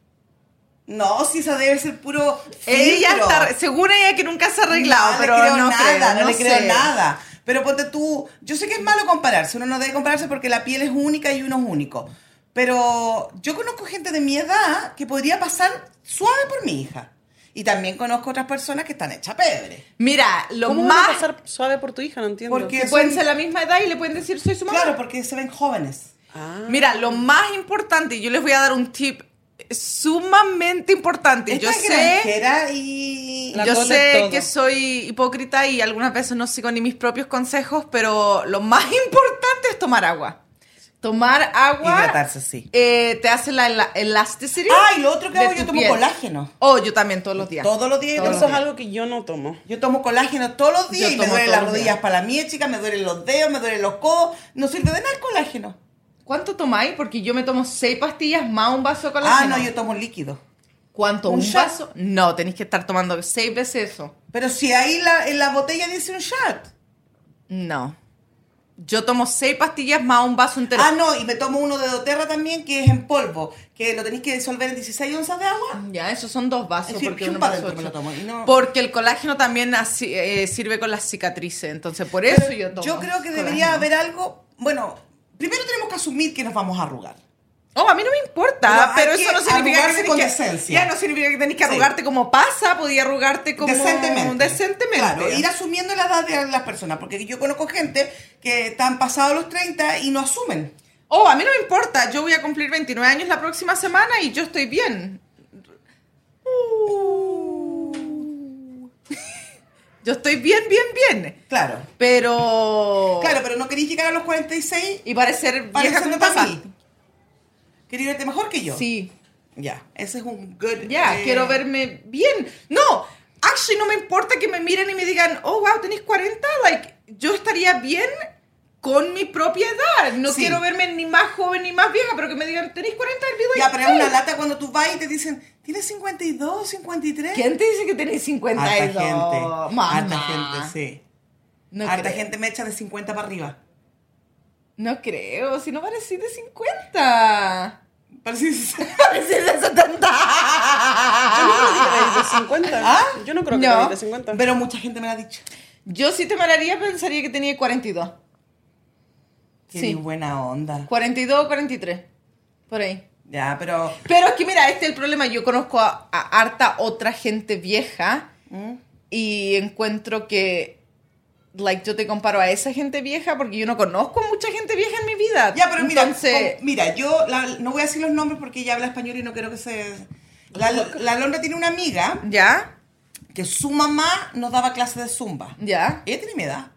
C: No, si esa debe ser puro.
A: Ella
C: filtro.
A: está, según ella que nunca se ha arreglado,
C: No Ah, le
A: pero
C: creo
A: no
C: nada,
A: creo,
C: no, le creo
A: sé.
C: nada. Pero ponte tú, yo sé que es malo compararse, uno no debe compararse porque la piel es única y uno es único. Pero yo conozco gente de mi edad que podría pasar suave por mi hija. Y también conozco otras personas que están hechas pebre.
A: Mira, lo
B: ¿Cómo van a
A: más
B: pasar suave por tu hija? No entiendo.
C: Porque-
A: que pueden ser la misma edad y le pueden decir soy su mamá.
C: Claro, porque se ven jóvenes.
B: Ah,
A: Mira, lo más importante, yo les voy a dar un tip sumamente importante.
C: Esta
A: Yo
C: es
A: sé,
C: granjera y...
B: La
A: yo
B: cola es
A: sé
B: todo.
A: que soy hipócrita y algunas veces no sigo ni mis propios consejos, pero lo más importante es tomar agua. Tomar agua
C: Hidratarse, sí.
A: eh, te hace la ela- elasticidad.
C: Ah, y lo otro que
A: de
C: hago,
A: tu
C: yo tomo
A: piel.
C: colágeno.
A: Oh, yo también todos los días.
C: Todos los días. yo
A: Todos
C: tomo
B: eso es algo que yo no tomo.
C: Yo tomo colágeno todos los días
A: Yo
C: y me
A: tomo
C: duelen
A: todos
C: las
A: los
C: rodillas
A: días.
C: para la mía, chica, me duelen los dedos, me duelen los codos. No sirve de nada el colágeno.
A: ¿Cuánto tomáis? Porque yo me tomo seis pastillas más un vaso de
C: Ah,
A: colágeno.
C: no, yo tomo líquido.
A: ¿Cuánto?
C: ¿Un
A: ¿Un,
C: shot?
A: vaso? No, tenéis que estar tomando seis veces eso.
C: Pero si ahí la- en la botella dice un shot.
A: No. Yo tomo seis pastillas más un vaso entero.
C: ah, no, y me tomo uno de doTERRA también, que es en polvo, que lo tenéis que disolver en 16 onzas de agua.
A: Ah, Ya, esos son dos vasos.
C: Es decir,
A: porque,
C: que un
A: uno
C: vaso
A: vaso
C: me lo tomo y no-
A: porque el colágeno también así, eh, sirve con las cicatrices. Entonces, por eso
C: Pero
A: yo tomo.
C: yo creo que
A: colágeno.
C: debería haber algo. Bueno, primero tenemos que asumir que nos vamos a arrugar.
A: Oh, a mí no me importa,
C: No,
A: pero
C: hay
A: eso no
C: que
A: significa que,
C: arrugarse
A: tenés
C: con
A: que-
C: decencia.
A: Ya no significa que tenés que
C: Sí.
A: arrugarte como pasa, podía arrugarte como
C: decentemente.
A: decentemente.
C: Claro, ir asumiendo la edad de las personas, porque yo conozco gente que están pasados los 30 y no asumen.
A: Oh, a mí no me importa, yo voy a cumplir 29 años la próxima semana y yo estoy bien.
C: Uh.
A: Yo estoy bien, bien, bien.
C: Claro.
A: Pero...
C: Claro, pero no queréis llegar a los 46
A: Y parecer
C: para
A: vieja
C: hacerme
A: como
C: para
A: papá.
C: mí. Quería verte mejor que yo.
A: Sí.
C: Ya, ese es un good.
A: Ya,
C: eh,
A: quiero verme bien. No, actually no me importa que me miren y me digan, oh, wow, tenés 40. Like, yo estaría bien con mi propia edad. No
C: Sí.
A: quiero verme ni más joven ni más vieja, pero que me digan, tenés 40. I'll be like,
C: Ya, pero es una
A: "Hey".
C: lata cuando tú vas y te dicen, ¿tienes 52, 53?
A: ¿Quién te dice que tenés 52?
C: Harta gente.
A: Mamá.
C: Harta gente, sí.
A: No
C: Harta
A: creo.
C: gente me echa de 50 para arriba.
A: No creo, si no parecí de 50.
C: Parece que-
A: Parecí de 70.
B: Yo no
C: Ah.
B: creo que te de 50. Yo no creo que
A: No.
B: te de 50.
C: Pero mucha gente me lo ha dicho.
A: Yo si te malaría pensaría que tenía 42.
C: Qué
A: Sí.
C: buena onda.
A: 42 o 43. Por ahí.
C: Ya, pero...
A: Pero es que mira, este es el problema. Yo conozco a, a harta otra gente vieja
C: Mm.
A: y encuentro que, like, yo te comparo a esa gente vieja porque yo no conozco mucha gente vieja en mi vida.
C: Ya, pero mira,
A: Entonces,
C: con- mira, yo la- no voy a decir los nombres porque ella habla español y no quiero que se... La, la Londra tiene una amiga
A: ¿ya?
C: que su mamá nos daba clases de zumba.
A: ¿Ya?
C: Ella tiene mi edad.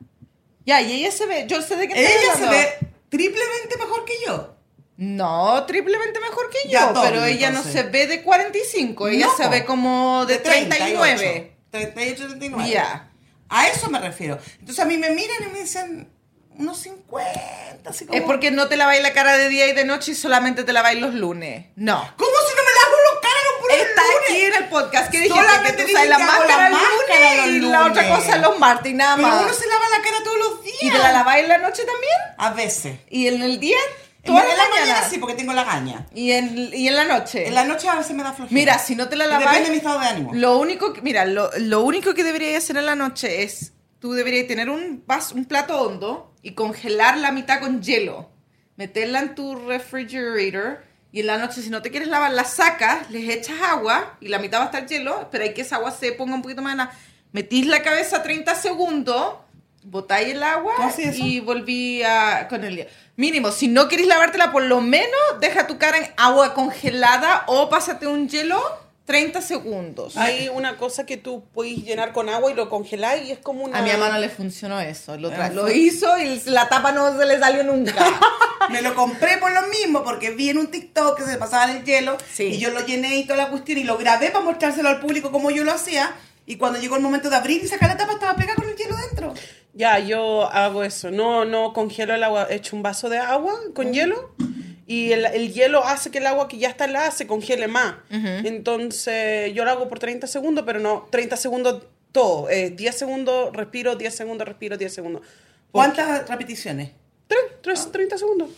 A: Ya, y ella se ve, yo sé de qué estás
C: Ella se
A: hablando.
C: ve triplemente mejor que yo.
A: No, triplemente mejor que yo,
C: Ya, doble,
A: pero ella
C: entonces.
A: no se ve de 45, ella
C: No,
A: se ve
C: po.
A: como de 39.
C: 38, 39.
A: Ya.
C: A eso me refiero. Entonces a mí me miran y me dicen unos 50, así como...
A: Es porque no te laváis la cara de día y de noche y solamente te laváis los lunes. No.
C: ¿Cómo si no me lavo los caras los puros
A: Está
C: lunes?
A: aquí en el podcast que dijiste
C: Solamente
A: que tú
C: dije
A: usas la
C: que hago la
A: máscara el
C: máscara
A: lunes y
C: los
A: la otra
C: lunes.
A: cosa los martes y nada
C: Pero uno
A: más.
C: se lava la cara todos los días.
A: ¿Y te la laváis en la noche también?
C: A veces.
A: ¿Y en el día?
C: En
A: Toda
C: la,
A: la,
C: en la mañana,
A: mañana.
C: sí, porque tengo la gaña.
A: ¿Y, en, y en la noche.
C: En la noche a veces me da flojera.
A: Mira, si no te la
C: Y
A: laváis-
C: Depende de mi estado de ánimo.
A: Lo único que, mira, lo, lo único que deberías hacer en la noche es, tú deberías tener un, vas, un plato hondo y congelar la mitad con hielo. Meterla en tu refrigerator y en la noche, si no te quieres lavar, la sacas, les echas agua y la mitad va a estar hielo. Espera hay que esa agua se ponga un poquito más. en la- Metís la cabeza 30 segundos, botáis el agua
C: ¿Tú haces eso?
A: y volví a, con el hielo. Mínimo, si no quieres lavártela, por lo menos deja tu cara en agua congelada o pásate un hielo 30 segundos.
B: Hay una cosa que tú puedes llenar con agua y lo congeláis y es como una...
A: A mi mamá no le funcionó eso. Lo, tra-
C: Ah,
A: lo
C: fue-
A: hizo y la tapa no se le salió nunca.
C: Me lo compré por lo mismo, porque vi en un TikTok que se pasaba el hielo
A: Sí.
C: y yo lo llené y toda la cuestión y lo grabé para mostrárselo al público como yo lo hacía. Y cuando llegó el momento de abrir y sacar la tapa, estaba pegada con el hielo dentro.
B: Ya, yo hago eso. No, no congelo el agua. Echo un vaso de agua con hielo y el, el hielo hace que el agua que ya está helada se congele más. Entonces, yo lo hago por 30 segundos, pero no 30 segundos todo. Eh, 10 segundos respiro, 10 segundos respiro, 10 segundos.
C: ¿Cuántas repeticiones?
B: 3, 30 segundos.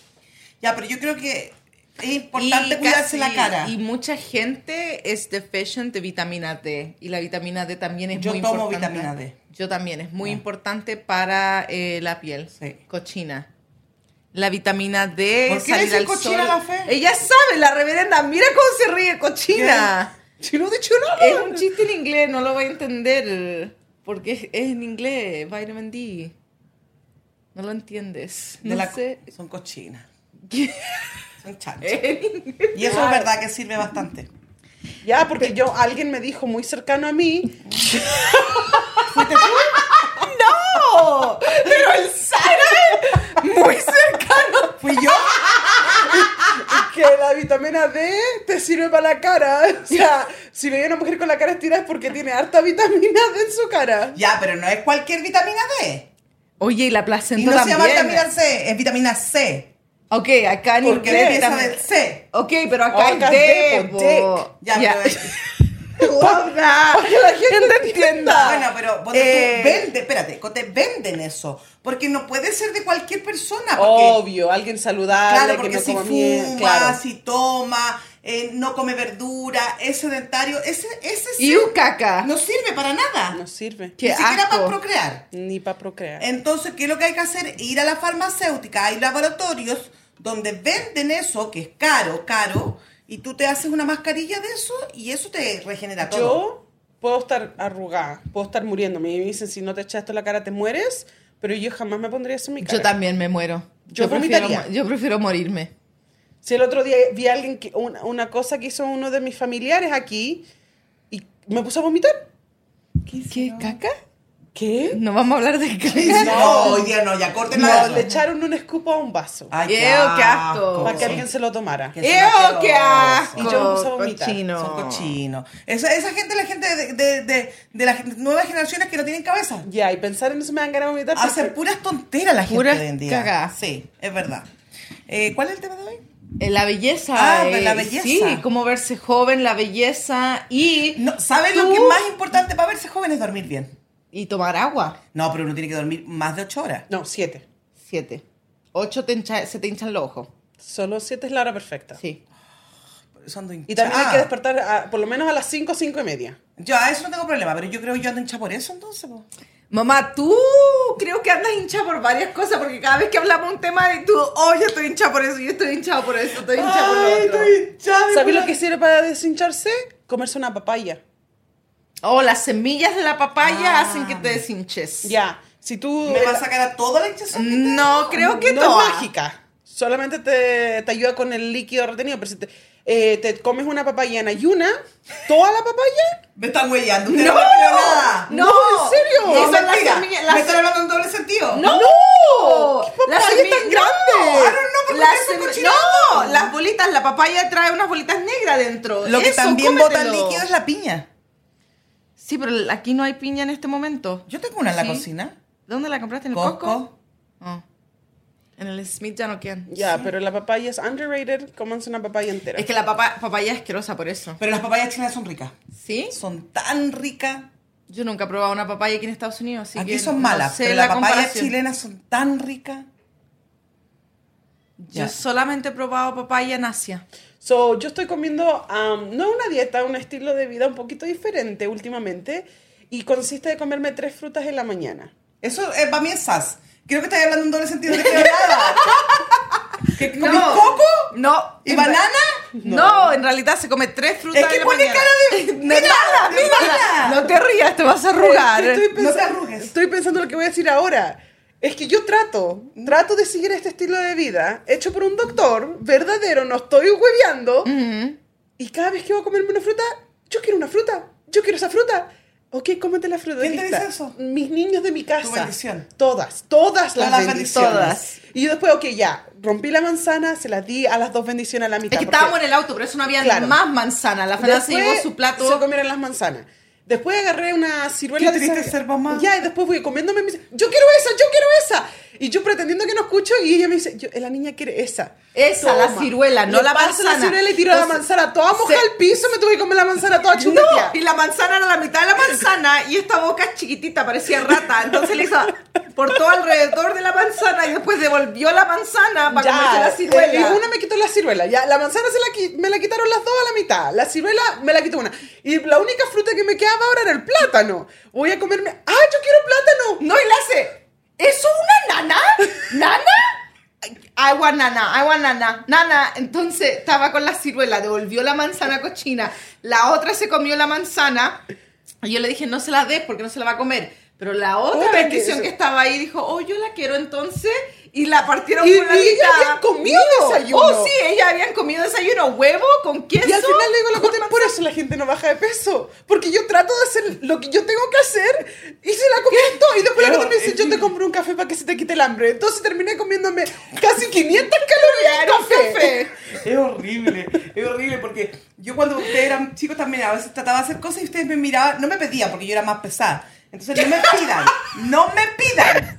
C: Ya, pero yo creo que es importante
A: Y casi-
C: cuidarse la cara.
A: Y mucha gente es deficient de vitamina D. Y la vitamina D también es
C: Yo
A: muy
C: tomo
A: importante.
C: vitamina D.
A: Yo también, es muy
C: Ya.
A: importante para eh, la piel.
C: Sí.
A: Cochina. La vitamina D,
C: ¿Por qué le
A: salir
C: dicen
A: al
C: cochina
A: sol.
C: a la Fe?
A: Ella sabe, la reverenda. Mira cómo se ríe, cochina.
B: Si no, de hecho, no.
A: Es un chiste en inglés, no lo voy a entender. Porque es, es en inglés, vitamin D. No lo entiendes.
C: De
A: no
C: la-
A: sé.
C: Son cochinas.
A: ¿Qué?
C: Son chanchas.
A: En inglés.
C: Y eso es verdad que sirve bastante.
B: Ya, porque yo, alguien me dijo muy cercano a mí.
A: ¡No! Pero el Sara muy cercano.
C: Fui yo.
B: que la vitamina D te sirve para la cara. O sea, si veía una mujer con la cara estirada es porque tiene harta vitamina D en su cara.
C: Ya, pero no es cualquier vitamina D.
A: Oye, y la
C: Y
A: placenta
C: no se llama
A: también. eh.
C: vitamina C, es vitamina C.
A: Ok, acá en
C: Porque
A: inglés
C: empieza
A: también.
C: del C.
A: Ok, pero acá
B: Acá
A: es
B: es
A: D,
B: D, po,
A: po.
C: Ya,
A: Ya.
C: pero es-
A: Love that.
B: Para que la gente entienda.
C: Bueno, pero ponte
A: Eh.
C: tú, vende, espérate, te venden eso. Porque no puede ser de cualquier persona. Porque,
B: Obvio, alguien saludable.
C: claro, porque
B: que no
C: si
B: coma
C: fuma,
B: miel, claro.
C: si toma, eh, no come verdura, es sedentario, ese, ese
A: Y
C: sí
A: un caca.
C: no sirve para nada.
B: No sirve.
A: Qué
C: Ni siquiera
A: asco.
C: para procrear.
B: Ni para procrear.
C: Entonces, ¿qué es lo que hay que hacer? Ir a la farmacéutica, hay laboratorios donde venden eso, que es caro, caro, y tú te haces una mascarilla de eso y eso te regenera todo.
B: Yo puedo estar arrugada, puedo estar muriendo. Me dicen, si no te echas esto en la cara, te mueres. Pero yo jamás me pondría eso en mi cara.
A: Yo también me muero.
B: Yo
A: prefiero,
B: vomitaría.
A: mu- yo prefiero morirme.
B: Si el otro día vi a alguien, que, una, una cosa que hizo uno de mis familiares aquí y me puso a vomitar.
A: ¿Qué? ¿Caca?
B: ¿Qué?
A: No vamos a hablar de caca.
C: No, hoy día no, ya corten
B: No,
C: la
B: le echaron un escupo a un vaso
C: Ay,
A: Ew, qué asco.
B: para que alguien se lo tomara.
C: Que-
A: ¡Ew, qué asco!
B: Y yo me puse a vomitar.
A: Cochino.
C: Son cochinos. Esa, esa gente, la gente de, de, de, de las nuevas generaciones que no tienen cabeza.
B: Ya, y pensar en eso me dan ganas de vomitar.
A: Ah,
C: Hacen
B: porque-
C: puras tonteras la gente
A: Puras
C: de hoy en día.
A: cagadas.
C: Sí, es verdad. Eh, ¿Cuál es el tema de hoy?
A: Eh, La belleza.
C: Ah,
A: eh,
C: la belleza.
A: Sí, cómo verse joven, la belleza y.
C: No, ¿Sabes lo
A: tú-
C: que es más importante para verse joven es dormir bien?
A: Y tomar agua.
C: No, pero uno tiene que dormir más de ocho horas.
B: No, siete.
A: Siete. Ocho te hincha- se te hinchan los ojos.
B: Solo siete es la hora perfecta.
A: Sí. Ah.
C: Eso ando
B: Y también hay
C: hinchada.
B: que despertar a- por lo menos a las cinco, cinco y media.
C: Yo a eso no tengo problema, pero yo creo que yo ando hincha por eso entonces. po.
A: Mamá, tú creo que andas hincha por varias cosas, porque cada vez que hablamos un tema, y tú, oh, yo estoy hincha por eso, yo estoy hinchado por eso, estoy hincha por lo otro.
B: ¿Sabes lo que sirve para deshincharse? Comerse una papaya.
A: Oh, las semillas de la papaya
C: Ah.
A: hacen que te deshinches.
B: Ya, si tú... eh,
C: ¿Me va a sacar a toda la hinchazón? que tengo?
A: No, creo que
B: no
A: todas.
B: es mágica. Solamente te, te ayuda con el líquido retenido. Pero si te, eh, te comes una papaya en ayuna, toda la papaya,
C: Me están huellando.
A: No,
C: ustedes no, me creo nada.
A: no,
B: No, en serio.
A: No,
C: No,
A: son las
C: mentira.
A: semillas, las
C: me están hablando en doble sentido.
A: ¡No!
B: ¡Qué papaya tan grande!
A: ¡No!
C: I don't know, ¿por qué
A: Las
C: eso
A: semi-
C: cochinado?
A: no, las bolitas, la papaya trae unas bolitas negras dentro.
C: Lo que
A: Eso,
C: también
A: cómetelo.
C: botan líquido es la piña.
A: Sí, pero aquí no hay piña en este momento.
C: Yo tengo una en la
A: Sí.
C: cocina.
A: ¿Dónde la compraste? ¿En el
C: Costco.
A: Costco? Oh. En el Smith ya no quedan.
B: ya, pero la papaya es underrated. Comanse una papaya entera.
A: Es que la papa- papaya es asquerosa por eso.
C: Pero las papayas chinas son ricas.
A: ¿Sí?
C: Son tan ricas.
A: Yo nunca he probado una papaya aquí en Estados Unidos, así
C: Aquí
A: que
C: son
A: no
C: malas,
A: sé
C: pero las papayas
A: comparación.
C: chilenas son tan ricas.
A: Yo
C: Ya.
A: solamente he probado papaya en Asia.
B: So, yo estoy comiendo, am, no una dieta, un estilo de vida un poquito diferente últimamente. Y consiste de comerme tres frutas en la mañana.
C: Eso eh, para mí es sas. Creo que estás hablando en doble sentido de que hablaba. ¿Que comí
A: No.
C: coco
A: No.
C: y
A: en
C: banana?
A: re- No. en realidad se come tres frutas.
C: Es que
A: en la
C: pone
A: mañana.
C: cara de... ¡Mira! ¡Mira!
A: No te rías, te vas a arrugar.
B: Es que estoy
C: No te
B: pensando-
C: arrugues.
B: Estoy pensando lo que voy a decir ahora. Es que yo trato, trato de seguir este estilo de vida hecho por un doctor, verdadero, no estoy hueveando.
A: Ujú.
B: Y cada vez que voy a comerme una fruta, yo quiero una fruta, yo quiero esa fruta. Ok, cómete la fruta.
C: ¿Quién te
B: aquí
C: dice
B: está.
C: eso?
B: Mis niños de mi casa.
C: bendición.
B: Todas, todas las,
C: Todas las
B: bendiciones.
A: bendiciones.
B: Y yo después, ok, ya, rompí la manzana, se las di a las dos bendiciones a la mitad.
A: Es que
B: porque-
A: estábamos en el auto, por eso no había
B: Claro.
A: más manzana. La Fernanda se llevó
B: Después
A: su
B: Se
A: plato.
B: comieron las manzanas. Después agarré una ciruela
C: Qué
B: esas-
C: triste ser mamá.
B: Ya, y después fui comiéndome. y Me dice, yo quiero esa, yo quiero esa. Y yo pretendiendo que no escucho, y ella me dice, yo- la niña quiere esa.
A: Esa, la ciruela, no
B: Le
A: la
B: paso
A: manzana.
B: la ciruela y tiro la
A: Entonces,
B: manzana toda mojada
A: se-
B: al piso, me tuve que comer la manzana toda
A: No,
B: chunga.
A: y la manzana era la mitad de la manzana y esta boca chiquitita parecía rata. Entonces le hizo por todo alrededor de la manzana y después devolvió la manzana para comerse la ciruela.
B: Y una me quitó la ciruela. Ya, la manzana se la qui- me la quitaron las dos a la mitad. La ciruela me la quitó una. Y la única fruta que me quedaba ahora era el plátano. Voy a comerme. ¡Ah, yo quiero plátano!
A: No, y le hace, ¿eso una nana? ¿Nana? Agua nana, agua nana, nana. Entonces estaba con la ciruela, devolvió la manzana cochina. La otra se comió la manzana. Y yo le dije, no se la des porque no se la va a comer. Pero la otra
B: Otra que
A: bendición
B: eso.
A: que, estaba ahí dijo, oh, yo la quiero entonces. Y la partieron
B: Y-
A: por la
B: y ellas
A: mitad.
B: habían comido
A: No.
B: desayuno.
A: Oh, sí, ellas habían comido desayuno. Huevo con queso.
B: Y al final le digo a la Cote, por eso la gente no baja de peso. Porque yo trato de hacer lo que yo tengo que hacer y se la comieron todo. Y después la
C: Pero,
B: Cote me dice,
C: es
B: yo
C: que-
B: te compro un café para que se te quite el hambre. Entonces terminé comiéndome casi 500 calorías de café.
C: Es horrible, es horrible porque yo cuando ustedes eran chicos también a veces trataba de hacer cosas y ustedes me miraban, no me pedían porque yo era más pesada. Entonces no me pidan, no me pidan.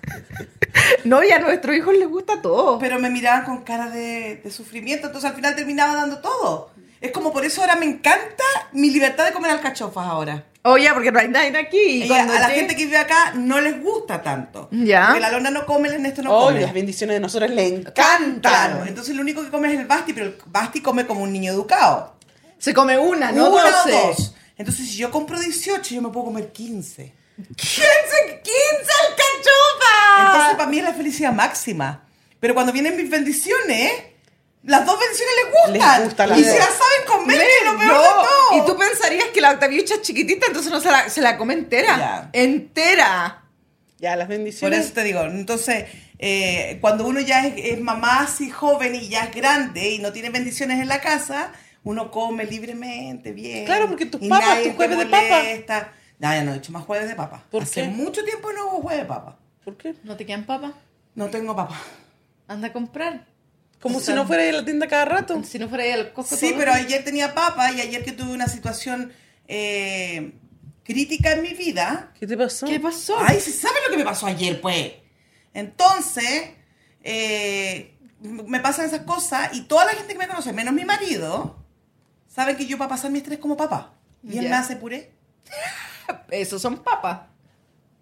A: No, y a nuestros hijos les gusta todo.
C: Pero me miraban con cara de, de sufrimiento, entonces al final terminaba dando todo. Es como por eso ahora me encanta mi libertad de comer alcachofas ahora.
A: Oye, porque no hay nadie aquí.
C: Y
A: Y
C: a
A: cuando
C: la
A: llegue-
C: gente que vive acá no les gusta tanto.
A: Ya.
C: Porque la lona no come, el Ernesto no
B: Oh,
C: come.
B: las bendiciones de nosotros le encantan.
C: Claro, entonces lo único que come es el Basti, pero el Basti come como un niño educado.
A: Se come una,
B: Ah,
A: no
C: Una o
A: doce.
C: dos. Entonces, si yo compro 18, yo me puedo comer 15.
A: ¡15, 15 alcachofas!
B: Ah.
C: Entonces, para mí es la felicidad máxima. Pero cuando vienen mis bendiciones, las dos bendiciones les gustan.
B: Les gustan las
C: y
B: dos.
C: se las saben comer, que es lo peor
A: No,
C: de todo.
A: Y tú pensarías que la octaviucha es chiquitita, entonces no se la, se la come entera.
C: Ya.
A: Entera.
B: Ya, las
C: Por
B: bendiciones.
C: eso te digo, entonces, eh, cuando uno ya es, es mamá así joven y ya es grande y no tiene bendiciones en la casa, uno come libremente, bien.
B: Claro, porque tus
C: Y
B: papas,
C: nadie
B: tus
C: te
B: jueves de papa.
C: molesta. No, ya no he hecho más jueves de papa.
B: ¿Por
C: Hace
B: qué?
C: mucho tiempo no hubo jueves de papa.
B: ¿Por qué?
A: ¿No te quedan papas?
C: No tengo papa.
A: Anda a comprar.
B: Como
A: O
B: si
A: sea,
B: no fuera a ir a la tienda cada rato.
A: Si no fuera ahí al Costco
C: Sí,
A: todos
C: pero
A: los días.
C: ayer tenía papa y ayer que tuve una situación eh, crítica en mi vida,
B: ¿Qué te pasó?
A: ¿Qué pasó?
C: Ay, ¿se sabe lo que me pasó ayer, pues? Entonces, eh, me pasan esas cosas y toda la gente que me conoce, menos mi marido, saben que yo para pasar mi estrés como papá. Y él
A: Ya.
C: me hace puré.
A: Esos son papas.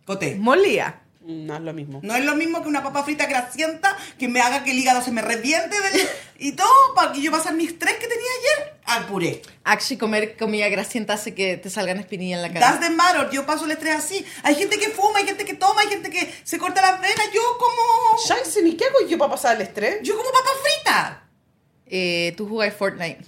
C: Coté.
A: Molía.
B: No es lo mismo.
C: No es lo mismo que una papa frita grasienta que me haga que el hígado se me reviente del- y todo para que yo pasar mi estrés que tenía ayer al puré.
A: Actually, comer comida grasienta hace que te salgan espinillas en la cara.
C: Das de matter, yo paso el estrés así. Hay gente que fuma, hay gente que toma, hay gente que se corta las venas. Yo como...
B: Shansen, ¿y qué hago yo para pasar el estrés?
C: Yo como papa frita.
A: Eh, tú jugas Fortnite.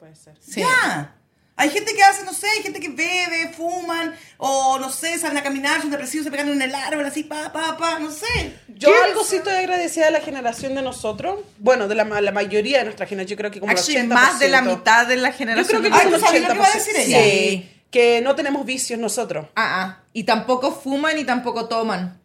B: Puede ser.
A: Sí.
C: Ya. Hay gente que hace, no sé, hay gente que bebe, fuman, o no sé, salen a caminar, son depresivos, se pegan en el árbol, así, pa, pa, pa, no sé.
B: Yo
A: ¿Qué?
B: algo sí estoy agradecida de la generación de nosotros. Bueno, de la, ma- la mayoría de nuestra generación, yo creo que como el
A: Actually,
B: 80%.
A: más de la mitad de la
B: Yo creo
A: generación.
B: que
C: Ay,
B: como el
C: ¿tú sabías lo que iba a
B: 80%.
C: decir ella?
B: Sí, que no tenemos vicios nosotros.
A: Ah, ah. Y tampoco fuman y tampoco toman.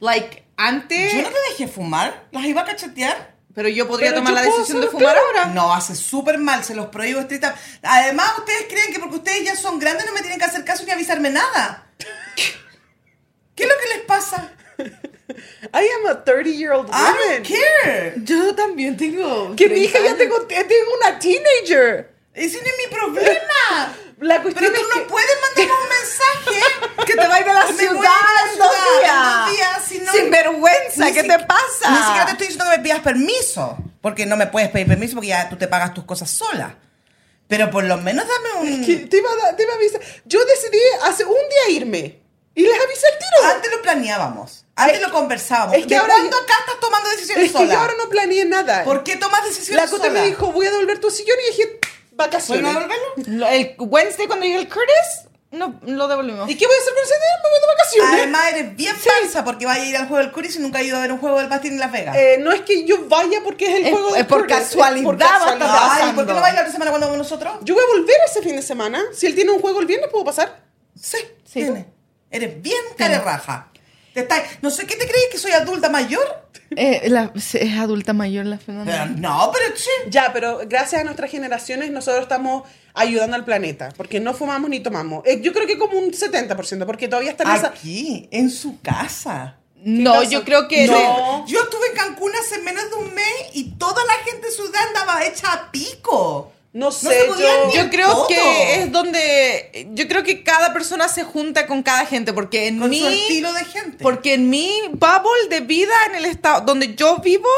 A: Like, antes.
C: Yo no te dejé fumar, las iba a cachetear.
A: Pero yo podría
B: Pero
A: tomar
B: yo
A: la
B: puedo
A: decisión de
B: hacerlo,
A: fumar
B: claro.
A: ahora.
C: No, hace súper mal, se los prohíbo estrictamente. Además, ustedes creen que porque ustedes ya son grandes no me tienen que hacer caso ni avisarme nada. ¿Qué es lo que les pasa?
B: I am a 30-year-old
C: I don't
B: woman.
C: care.
A: Yo también tengo.
B: Que mi hija
A: 30
B: ya
A: años.
B: tengo, ya tengo una teenager.
C: Ese no es mi problema.
B: La cuestión
C: Pero tú
B: es
C: no
B: que-
C: puedes mandarme un mensaje
A: Que te va a ir de la
C: Me voy
A: ciudad
C: de la
A: en dos
C: ciudad
A: días.
C: en dos días, si no-
A: Sin vergüenza,
C: Ni
A: ¿qué
C: si-
A: te pasa?
C: Ni siquiera te estoy diciendo que me pidas permiso, porque no me puedes pedir permiso porque ya tú te pagas tus cosas sola. Pero por lo menos dame un...
B: que te iba a, dar- te iba a avisar. Yo decidí hace un día irme. Y les avisé el tiro.
C: Antes lo planeábamos. Antes lo conversábamos.
B: es que
C: ¿De
B: ahora
C: cuándo
B: yo-
C: acá estás tomando decisiones
B: Es que
C: sola?
B: yo ahora no planeé nada.
C: ¿Por qué tomas
B: La
C: decisiones
B: Cote
C: sola?
B: me dijo, voy a devolver tu sillón y dije, vacaciones.
C: ¿Vuelvo a devolverlo?
A: Lo- El Wednesday cuando llegó el Curtis, no lo devolvimos.
B: ¿Y qué voy a hacer con ese dinero? Me voy de vacaciones.
C: Además, eres bien falsa porque vaya a ir al juego del Curis y nunca ha ido a ver un juego del Bastín en Las Vegas.
B: Eh, no es que yo vaya porque es el
A: Es-
B: juego de
A: es por
B: Curtis,
A: casualidad,
B: por
A: basta
B: casualidad.
A: pasando.
C: Ay, ¿por qué no baila la otra semana cuando vamos nosotros?
B: Yo voy a volver ese fin de semana. Si él tiene un juego el viernes, puedo pasar.
C: Sí,
A: Sí.
C: tiene. Eres bien carerraja. Te estás- No sé qué te crees que soy adulta mayor.
A: Eh, la- es adulta mayor la
C: Pero
A: Fernanda.
C: no, pero sí.
B: Ya, pero gracias a nuestras generaciones nosotros estamos ayudando al planeta, porque no fumamos ni tomamos. Eh, yo creo que como un 70%, porque todavía están esas...
C: Aquí, en su casa.
A: No,
B: pasa?
A: yo creo que...
B: No.
C: Yo estuve en Cancún hace menos de un mes y toda la gente de Ciudad andaba hecha a pico.
B: No
C: se
B: sé,
C: podían
B: yo-
C: ni
A: Yo creo
C: todo.
A: que es donde. Yo creo que cada persona se junta con cada gente. Porque en
C: Con
A: mi.
C: su estilo de gente.
A: Porque en mi bubble de vida, en el estado donde yo vivo,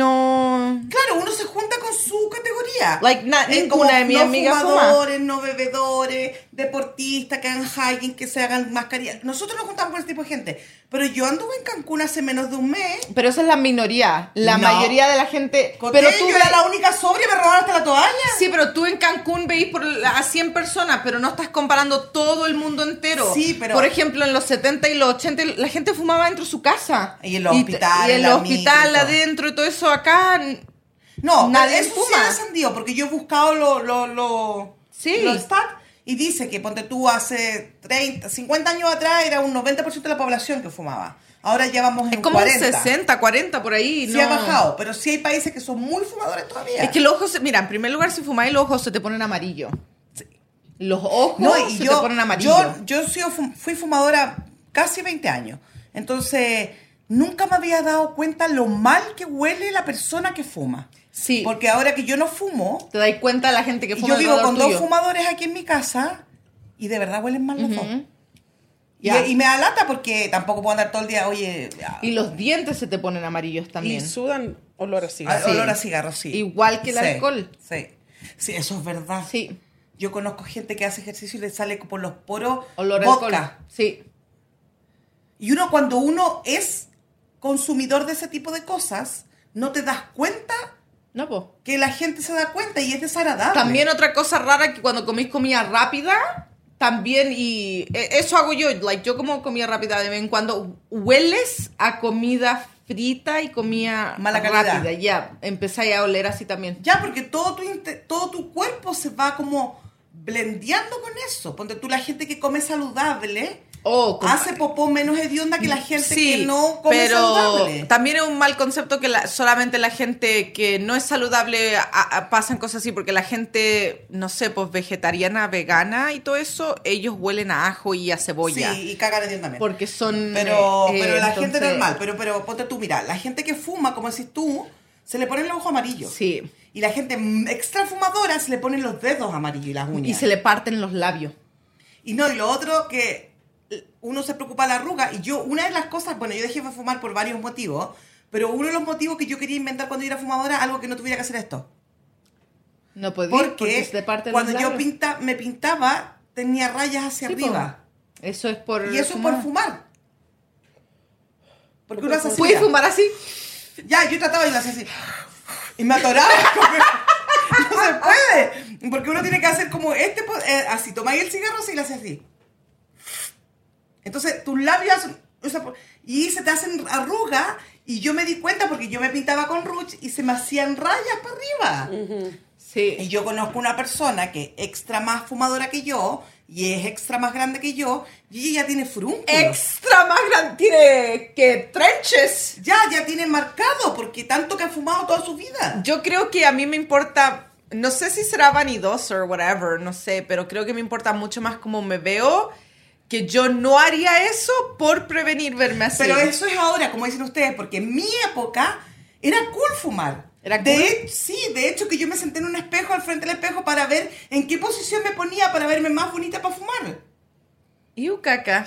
A: no.
C: Claro, uno se junta con su categoría.
A: Like, na-
C: Eh,
A: ninguna de mis
C: no
A: amigas fuma.
C: fumadores, no bebedores, deportistas que hagan hiking, que se hagan mascarillas. Nosotros nos juntamos con ese tipo de gente. Pero yo anduve en Cancún hace menos de un mes.
A: Pero esa es la minoría. La
C: No.
A: mayoría de la gente.
C: Pero
A: Pero tú.
C: yo era
A: ve-
C: la única sobria, me robaron hasta la toalla.
A: Sí, pero tú en Cancún veis por la- a 100 personas, pero no estás comparando todo el mundo entero.
C: Sí, pero-
A: Por ejemplo, en los 70 y los 80 la gente fumaba dentro de su casa.
C: Y en los hospitales,
A: Y en
C: la
A: los
C: micro y
A: hospitales,
C: todo.
A: adentro y todo eso acá. n-
C: No,
A: Nadie
C: pero eso
A: fuma.
C: sí ha descendido, porque yo he buscado lo, lo, lo,
A: Sí.
C: los stats y dice que ponte tú hace 30, 50 años atrás era un 90% de la población que fumaba. Ahora ya vamos en
A: Es como
C: 40.
A: un 60, 40 por ahí.
C: Sí
A: no.
C: ha bajado, pero sí hay países que son muy fumadores todavía.
A: Es que los ojos, se- mira, en primer lugar, si fumáis los ojos se te ponen amarillo. Los ojos
C: no, y
A: se
C: yo,
A: te ponen amarillo.
C: yo, yo he sido fu- fui fumadora casi 20 años. Entonces, nunca me había dado cuenta lo mal que huele la persona que fuma.
A: Sí.
C: Porque ahora que yo no fumo,
A: te das cuenta de la gente que
C: y
A: fuma
C: yo vivo
A: alrededor
C: con dos
A: tuyo.
C: fumadores aquí en mi casa y de verdad huelen mal los dos. Y,
A: Ya.
C: y me da lata porque tampoco puedo andar todo el día, oye, a-
A: Y los dientes se te ponen amarillos
B: Y
A: también.
B: sudan olor así.
C: a-
A: sí.
C: olor a cigarro, sí.
A: Igual que el
C: Sí,
A: alcohol.
C: Sí. Sí, eso es verdad.
A: Sí.
C: Yo conozco gente que hace ejercicio y le sale por los poros
A: Olor a
C: vodka.
A: alcohol. Sí.
C: Y uno cuando uno es consumidor de ese tipo de cosas, no te das cuenta
A: No, po.
C: que la gente se da cuenta y es desagradable.
A: También otra cosa rara que cuando comís comida rápida, también, y e- eso hago yo, like, yo como comida rápida de vez en cuando, hueles a comida frita y comida
C: Mala calidad.
A: rápida, ya, empezáis a oler así también.
C: Ya, porque todo tu, inte- todo tu cuerpo se va como blendeando con eso. Ponte tú la gente que come saludable
A: Oh, compadre.
C: hace popó menos hedionda que la gente
A: Mm, Sí,
C: que no come
A: pero
C: saludable.
A: también es un mal concepto que la- solamente la gente que no es saludable a- a- pasan cosas así, porque la gente, no sé, pues vegetariana, vegana y todo eso, ellos huelen a ajo y a cebolla.
C: Sí, y cagan hediondamente.
A: Porque son...
C: Pero,
A: eh,
C: pero la gente
A: entonces-
C: normal, pero, pero ponte tú, mira, la gente que fuma, como decís tú, se le ponen los ojos amarillos.
A: Sí.
C: Y la gente mm, extra fumadora se le ponen los dedos amarillos y las uñas.
A: Y se le parten los labios.
C: Y no, y lo otro que eh, uno se preocupa de la arruga. Y yo, una de las cosas, bueno, yo dejé de fumar por varios motivos, pero uno de los motivos que yo quería inventar cuando yo era fumadora, algo que no tuviera que hacer esto.
A: No podía
C: Porque,
A: porque, se te parten
C: cuando
A: los
C: yo
A: labios.
C: pinta, me pintaba, tenía rayas hacia
A: Sí, po.
C: arriba.
A: Eso es por
C: Y eso es por fumar. Porque uno hace así,
A: ¿Puedes
C: mira.
A: fumar así?
C: Ya, yo trataba y lo hacía así. Y me atoraba. no se puede. Porque uno tiene que hacer como este, po- eh, así. Tomáis el cigarro así y lo haces así. Entonces, tus labios hacen- o sea, po- y se te hacen arrugas. Y yo me di cuenta porque yo me pintaba con rouge y se me hacían rayas para arriba. Y
A: Sí.
C: yo conozco una persona que es extra más fumadora que yo y es extra más grande que yo y ella ya tiene frúnculos.
A: Extra más grande tiene que trenches.
C: Ya, ya tiene marcado porque tanto que ha fumado toda su vida.
A: Yo creo que a mí me importa, no sé si será vanidoso o whatever, no sé, pero creo que me importa mucho más cómo me veo, que yo no haría eso por prevenir verme así.
C: Pero eso es ahora, como dicen ustedes, porque en mi época era cool fumar.
A: ¿Era cool?
C: de, Sí, de hecho que yo me senté en un espejo, al frente del espejo, para ver en qué posición me ponía para verme más bonita para fumar.
A: Y un caca.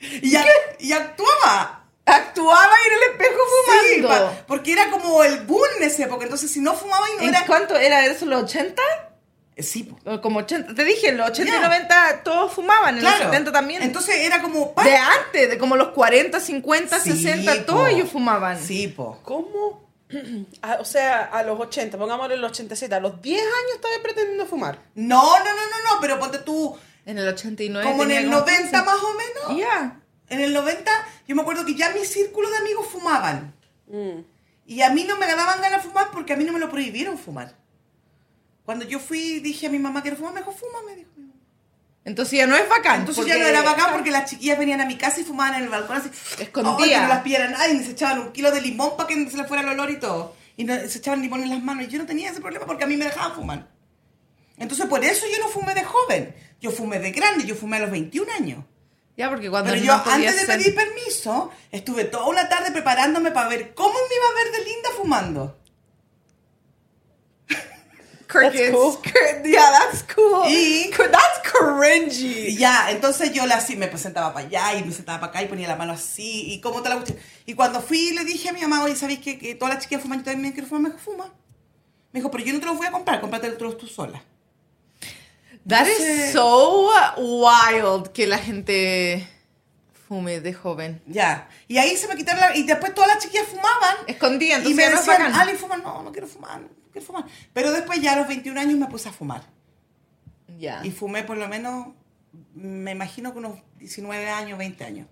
C: Y, ac- y actuaba.
A: Actuaba en el espejo
C: Sí,
A: fumando.
C: pa- porque era como el boom en esa época. Entonces, si no fumaba y no
A: ¿En
C: era...
A: cuánto era eso, los 80?
C: Sí, po.
A: O Como 80. Te dije, en los 80 y
C: Ya.
A: 90 todos fumaban, en los 70 también.
C: Entonces era como
A: de antes, de como los 40, 50,
C: Sí,
A: 60,
C: po.
A: todos ellos fumaban.
C: Sí, po.
B: ¿Cómo? Ah, o sea, a los 80, pongámoslo en los 87, a los 10 años estaba pretendiendo fumar.
C: No, no, no, no, no, pero ponte tú
A: En el 89.
C: como en
A: tenía
C: el
A: como
C: 90
A: 15.
C: más o menos.
A: Ya.
C: En el 90 yo me acuerdo que ya mi círculo de amigos fumaban. Y a mí no me daban ganas de fumar porque a mí no me lo prohibieron fumar. Cuando yo fui dije a mi mamá quiero fumar, me dijo, fuma, me dijo. mi mamá.
A: Entonces ya no es bacán.
C: Entonces
A: porque-
C: ya no era bacán porque las chiquillas venían a mi casa y fumaban en el balcón así.
A: Escondida.
C: Ay, que no las pillara nadie, y se echaban un kilo de limón para que se les fuera el olor y todo. Y no- se echaban limón en las manos. Y yo no tenía ese problema porque a mí me dejaban fumar. Entonces por eso yo no fumé de joven. Yo fumé de grande, yo fumé a los 21 años.
A: Ya, porque cuando
C: Pero
A: no
C: yo
A: podía
C: antes de
A: ser-
C: pedir permiso, estuve toda una tarde preparándome para ver cómo me iba a ver de linda fumando.
A: Kirk
B: That's
A: is-
B: cool.
A: Kirk- yeah, that's cool.
C: Y-
A: Cr- That's
C: Y
A: cringy.
C: ya, entonces yo la, así me presentaba para allá y me sentaba para acá y ponía la mano así y cómo te la cuestión. Y cuando fui le dije a mi mamá, oye, ¿sabéis que, que todas las chiquillas fuman? Yo también quiero fumar, me dijo, fuma. Me dijo, pero yo no te los voy a comprar, cómpratelos tú sola.
A: That
C: No
A: is
C: sé.
A: so wild que la gente fume de joven.
C: Ya. Y ahí se me quitaron la... Y después todas las chiquillas fumaban.
A: Escondida, entonces
C: Y me
A: ya no es
C: decían,
A: bacán.
C: Ali, fuma. No, no quiero fumar, no quiero fumar. Pero después ya a los 21 años me puse a fumar.
A: Ya.
C: Y fumé por lo menos, me imagino que unos 19 años, 20 años.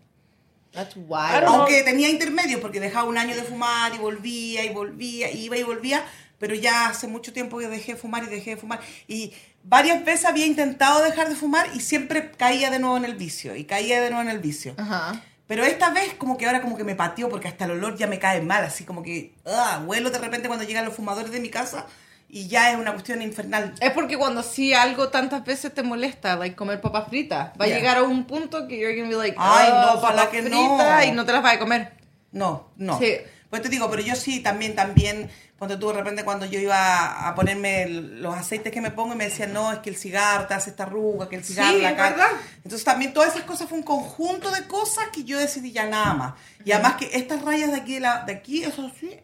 A: That's wild.
B: Pero no-
C: Aunque tenía intermedios, porque dejaba un año de fumar y volvía y volvía, iba y volvía, pero ya hace mucho tiempo que dejé de fumar y dejé de fumar. Y varias veces había intentado dejar de fumar y siempre caía de nuevo en el vicio, y caía de nuevo en el vicio.
A: Ajá.
C: Pero esta vez como que ahora como que me pateó porque hasta el olor ya me cae mal, así como que ah, huelo de repente cuando llegan los fumadores de mi casa y ya es una cuestión infernal.
A: Es porque cuando sí algo tantas veces te molesta, like comer papas fritas, va
C: Yeah.
A: a llegar a un punto que you're gonna be like,
C: Ay, no,
A: "Oh,
C: ojalá
A: papas
C: que no".
A: fritas y no te las vas a comer.
C: No, no.
A: Sí.
C: Pues te digo, pero yo sí también, también, cuando tú de repente cuando yo iba a ponerme el- los aceites que me pongo y me decían, no, es que el cigarro te hace esta arruga, que el cigarro
A: Sí,
C: la
A: es
C: cara".
A: verdad.
C: Entonces también todas esas cosas fue un conjunto de cosas que yo decidí ya nada más. Y además que estas rayas de aquí, de, la- de aquí, eso sí,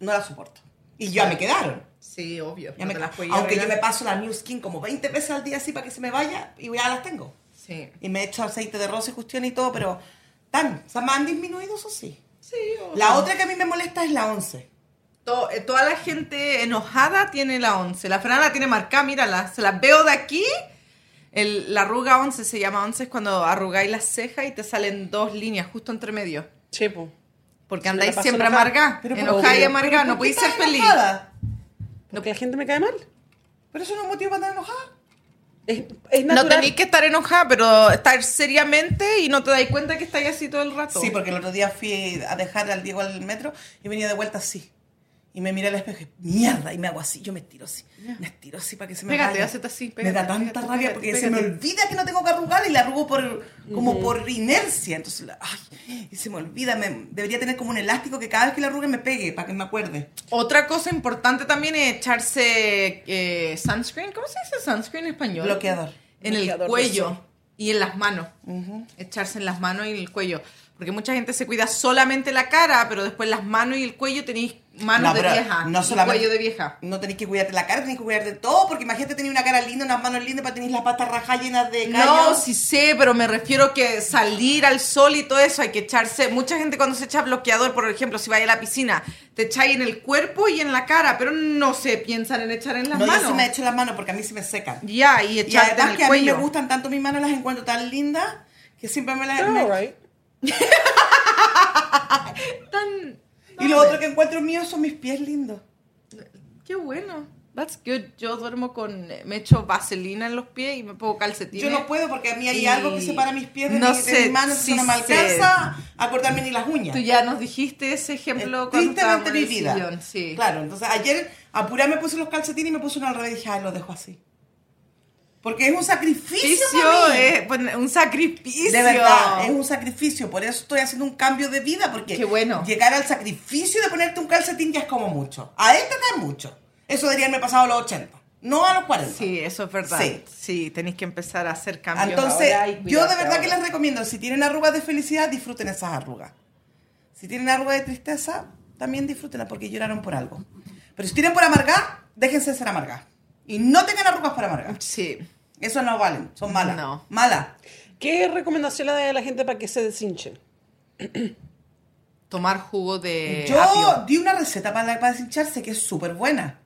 C: no las soporto. Y ya me quedaron.
A: Sí, obvio.
C: Ya
A: no
C: me
A: te las podía
C: Aunque yo me
A: arreglar.
C: paso la New Skin como 20 veces al día así para que se me vaya y ya las tengo.
A: Sí.
C: Y me echo aceite de rosa y cuestión y todo, pero tan, se me han disminuido, eso sí.
A: Sí, obvio.
C: La otra que a mí me molesta es la 11.
A: To- eh, toda la gente enojada tiene la 11. La Fernanda la tiene marcada, mírala. Se la veo de aquí. El- la arruga 11 se llama 11 es cuando arrugáis las cejas y te salen dos líneas justo entre medio.
B: Chepo.
A: Porque
B: Se me la
A: andáis
B: pasó
A: siempre
B: enojada.
A: amargá.
C: Pero ¿por
A: Enojada y
B: qué?
A: amargá.
C: ¿Por
A: No
C: qué
A: podéis ser
C: estás
A: feliz.
C: enojada?
B: Porque la gente me cae mal.
C: Pero eso no es motivo para estar enojada.
B: Es, es
A: No
B: natural.
A: tenéis que estar enojada, pero estar seriamente y no te dais cuenta que estáis así todo el rato.
C: Sí, porque el otro día fui a dejar al Diego al metro y venía de vuelta así. Y me miré al espejo y mierda, y me hago así, yo me estiro así, me estiro así para que se me
A: Pégate,
C: vaya.
A: hacete así,
C: me da
A: pégate,
C: tanta
A: pégate,
C: rabia
A: pégate,
C: porque se
A: pégate.
C: me olvida que no tengo que arrugar y la arrugo por, como por inercia. Entonces, la- ay, y se me olvida, me- debería tener como un elástico que cada vez que la arrugue me pegue para que me acuerde.
A: Otra cosa importante también es echarse eh, sunscreen. ¿Cómo se dice sunscreen en español?
C: Bloqueador.
A: En
B: Bloqueador
A: el
B: de sol.
A: cuello y en las manos. Echarse en las manos y en el cuello. Porque mucha gente se cuida solamente la cara, pero después las manos y el cuello tenéis manos
C: No,
A: de
C: pero
A: vieja.
C: no
A: y
C: solamente-
A: cuello de vieja.
C: No tenés que cuidarte la cara, tenés que cuidarte todo, porque imagínate tener una cara linda, unas manos lindas, para tener las patas rajadas llenas de
A: No,
C: callos.
A: sí sé, pero me refiero que salir al sol y todo eso hay que echarse. Mucha gente cuando se echa bloqueador, por ejemplo, si vais a la piscina, te echáis en el cuerpo y en la cara, pero no se piensan en echar en las
C: no, yo
A: manos.
C: sí me echo las manos porque a mí se me secan.
A: Ya, y
C: Y
A: echarte en
C: además
A: el
C: que a mí
A: cuello.
C: me gustan tanto mis manos, las encuentro tan lindas que siempre me las...
B: Pero,
C: me-
B: alright.
A: Tan-
C: Y lo otro que encuentro mío son mis pies lindos.
A: Qué bueno. That's good. Yo duermo con. Me echo vaselina en los pies y me pongo calcetines.
C: Yo no puedo porque a mí hay
A: Y-
C: algo que separa mis pies de,
A: No
C: mi- de
A: sé,
C: mis manos, entonces
A: sí
C: no me
A: sé.
C: alcanza a cortarme ni las uñas.
A: Tú ya nos dijiste ese ejemplo
C: Eh,
A: cuando
C: Tristemente
A: estábamos en
C: mi
A: el
C: vida.
A: sillón, sí.
C: Claro, entonces ayer apuré me puse los calcetines y me puse uno al revés y dije, ay, lo dejo así. Porque es un sacrificio. para
A: Sacrificio
C: mí.
A: es bueno, un sacrificio.
C: De verdad, es un sacrificio. Por eso estoy haciendo un cambio de vida. Porque
A: Qué bueno.
C: llegar al sacrificio de ponerte un calcetín ya es como mucho. A esta edad es mucho. Eso debería haberme pasado a los 80, no a los 40.
A: Sí, eso es verdad. Sí,
C: Sí.
A: tenéis que empezar a hacer cambios.
C: Entonces,
A: ahora y
C: yo de
A: cuidarte
C: verdad que
A: ahora.
C: les recomiendo, si tienen arrugas de felicidad, disfruten esas arrugas. Si tienen arrugas de tristeza, también disfrútenlas porque lloraron por algo. Pero si tienen por amargar, déjense ser amargar. Y no tengan arrugas para amargar.
A: Sí.
C: Eso no valen, son malas.
A: No.
C: Malas.
B: ¿Qué recomendación le da a la gente para que se deshinchen?
A: Tomar jugo de
C: Yo
A: Eh, apio.
C: di una receta para, para deshincharse que es súper buena.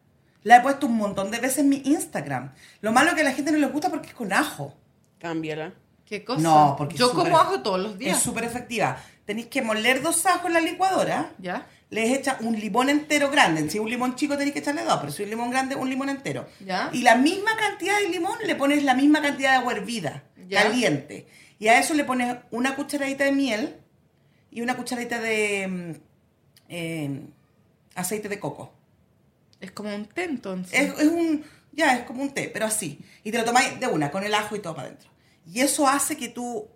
C: La he puesto un montón de veces en mi Instagram. Lo malo es que a la gente no le gusta porque es con ajo.
B: Cámbiala.
A: ¿Qué cosa?
C: No, porque
A: Yo
C: es súper-
A: como ajo todos los
C: Es
A: días.
C: súper efectiva. Tenéis que moler dos ajos en la licuadora.
A: ¿Ya?
C: Les echa un limón entero grande. Si es un limón chico tenéis que echarle dos, pero si es un limón grande, un limón entero.
A: Ya.
C: Y la misma cantidad de limón le pones la misma cantidad de agua hervida,
A: Ya.
C: caliente. Y a eso le pones una cucharadita de miel y una cucharadita de mm, eh, aceite de coco.
A: Es como un té entonces.
C: Es, es un, ya, es como un té, pero así. Y te lo tomáis de una, con el ajo y todo para adentro. Y eso hace que tú,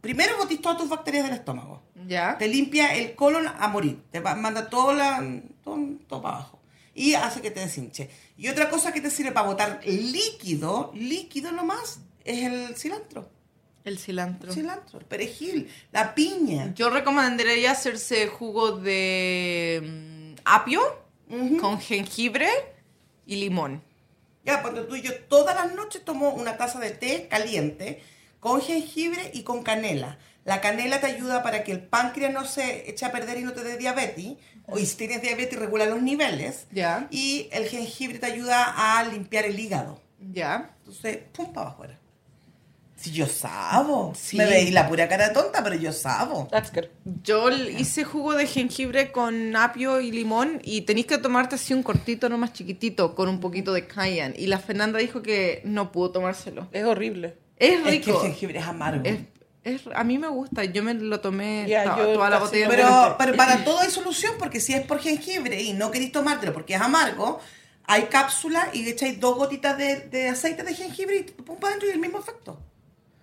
C: primero botís todas tus bacterias del estómago.
A: ¿Ya?
C: Te limpia el colon a morir. Te va- manda todo, la, todo, todo para abajo. Y hace que te deshinche. Y otra cosa que te sirve para botar líquido, líquido nomás, es el cilantro.
A: El cilantro.
C: Cilantro, el perejil, la piña.
A: Yo recomendaría hacerse jugo de mm, apio
C: Ujú.
A: con jengibre y limón.
C: Ya, cuando tú y yo todas las noches tomo una taza de té caliente con jengibre y con canela. La canela te ayuda para que el páncreas no se eche a perder y no te dé diabetes. O y si tienes diabetes, regula los niveles.
A: Ya.
C: Y el jengibre te ayuda a limpiar el hígado.
A: ¿Ya?
C: Entonces, pum, para abajo era. Si yo sabo.
A: Sí.
C: Me veis la pura cara tonta, pero yo sabo.
B: That's good.
A: Yo l- hice jugo de jengibre con apio y limón y tenéis que tomarte así un cortito nomás chiquitito con un poquito de cayenne. Y la Fernanda dijo que no pudo tomárselo.
B: Es horrible.
A: Es
C: Es que el
A: rico.
C: jengibre es amargo.
A: Es- es- a mí me gusta. Yo me lo tomé
B: Ya,
A: to-
B: yo
A: toda la
B: casi-
A: botella.
C: Pero, pero para todo hay solución, porque si es por jengibre y no queréis tomártelo porque es amargo, hay cápsula y le echáis dos gotitas de, de aceite de jengibre y pum para adentro y el mismo efecto.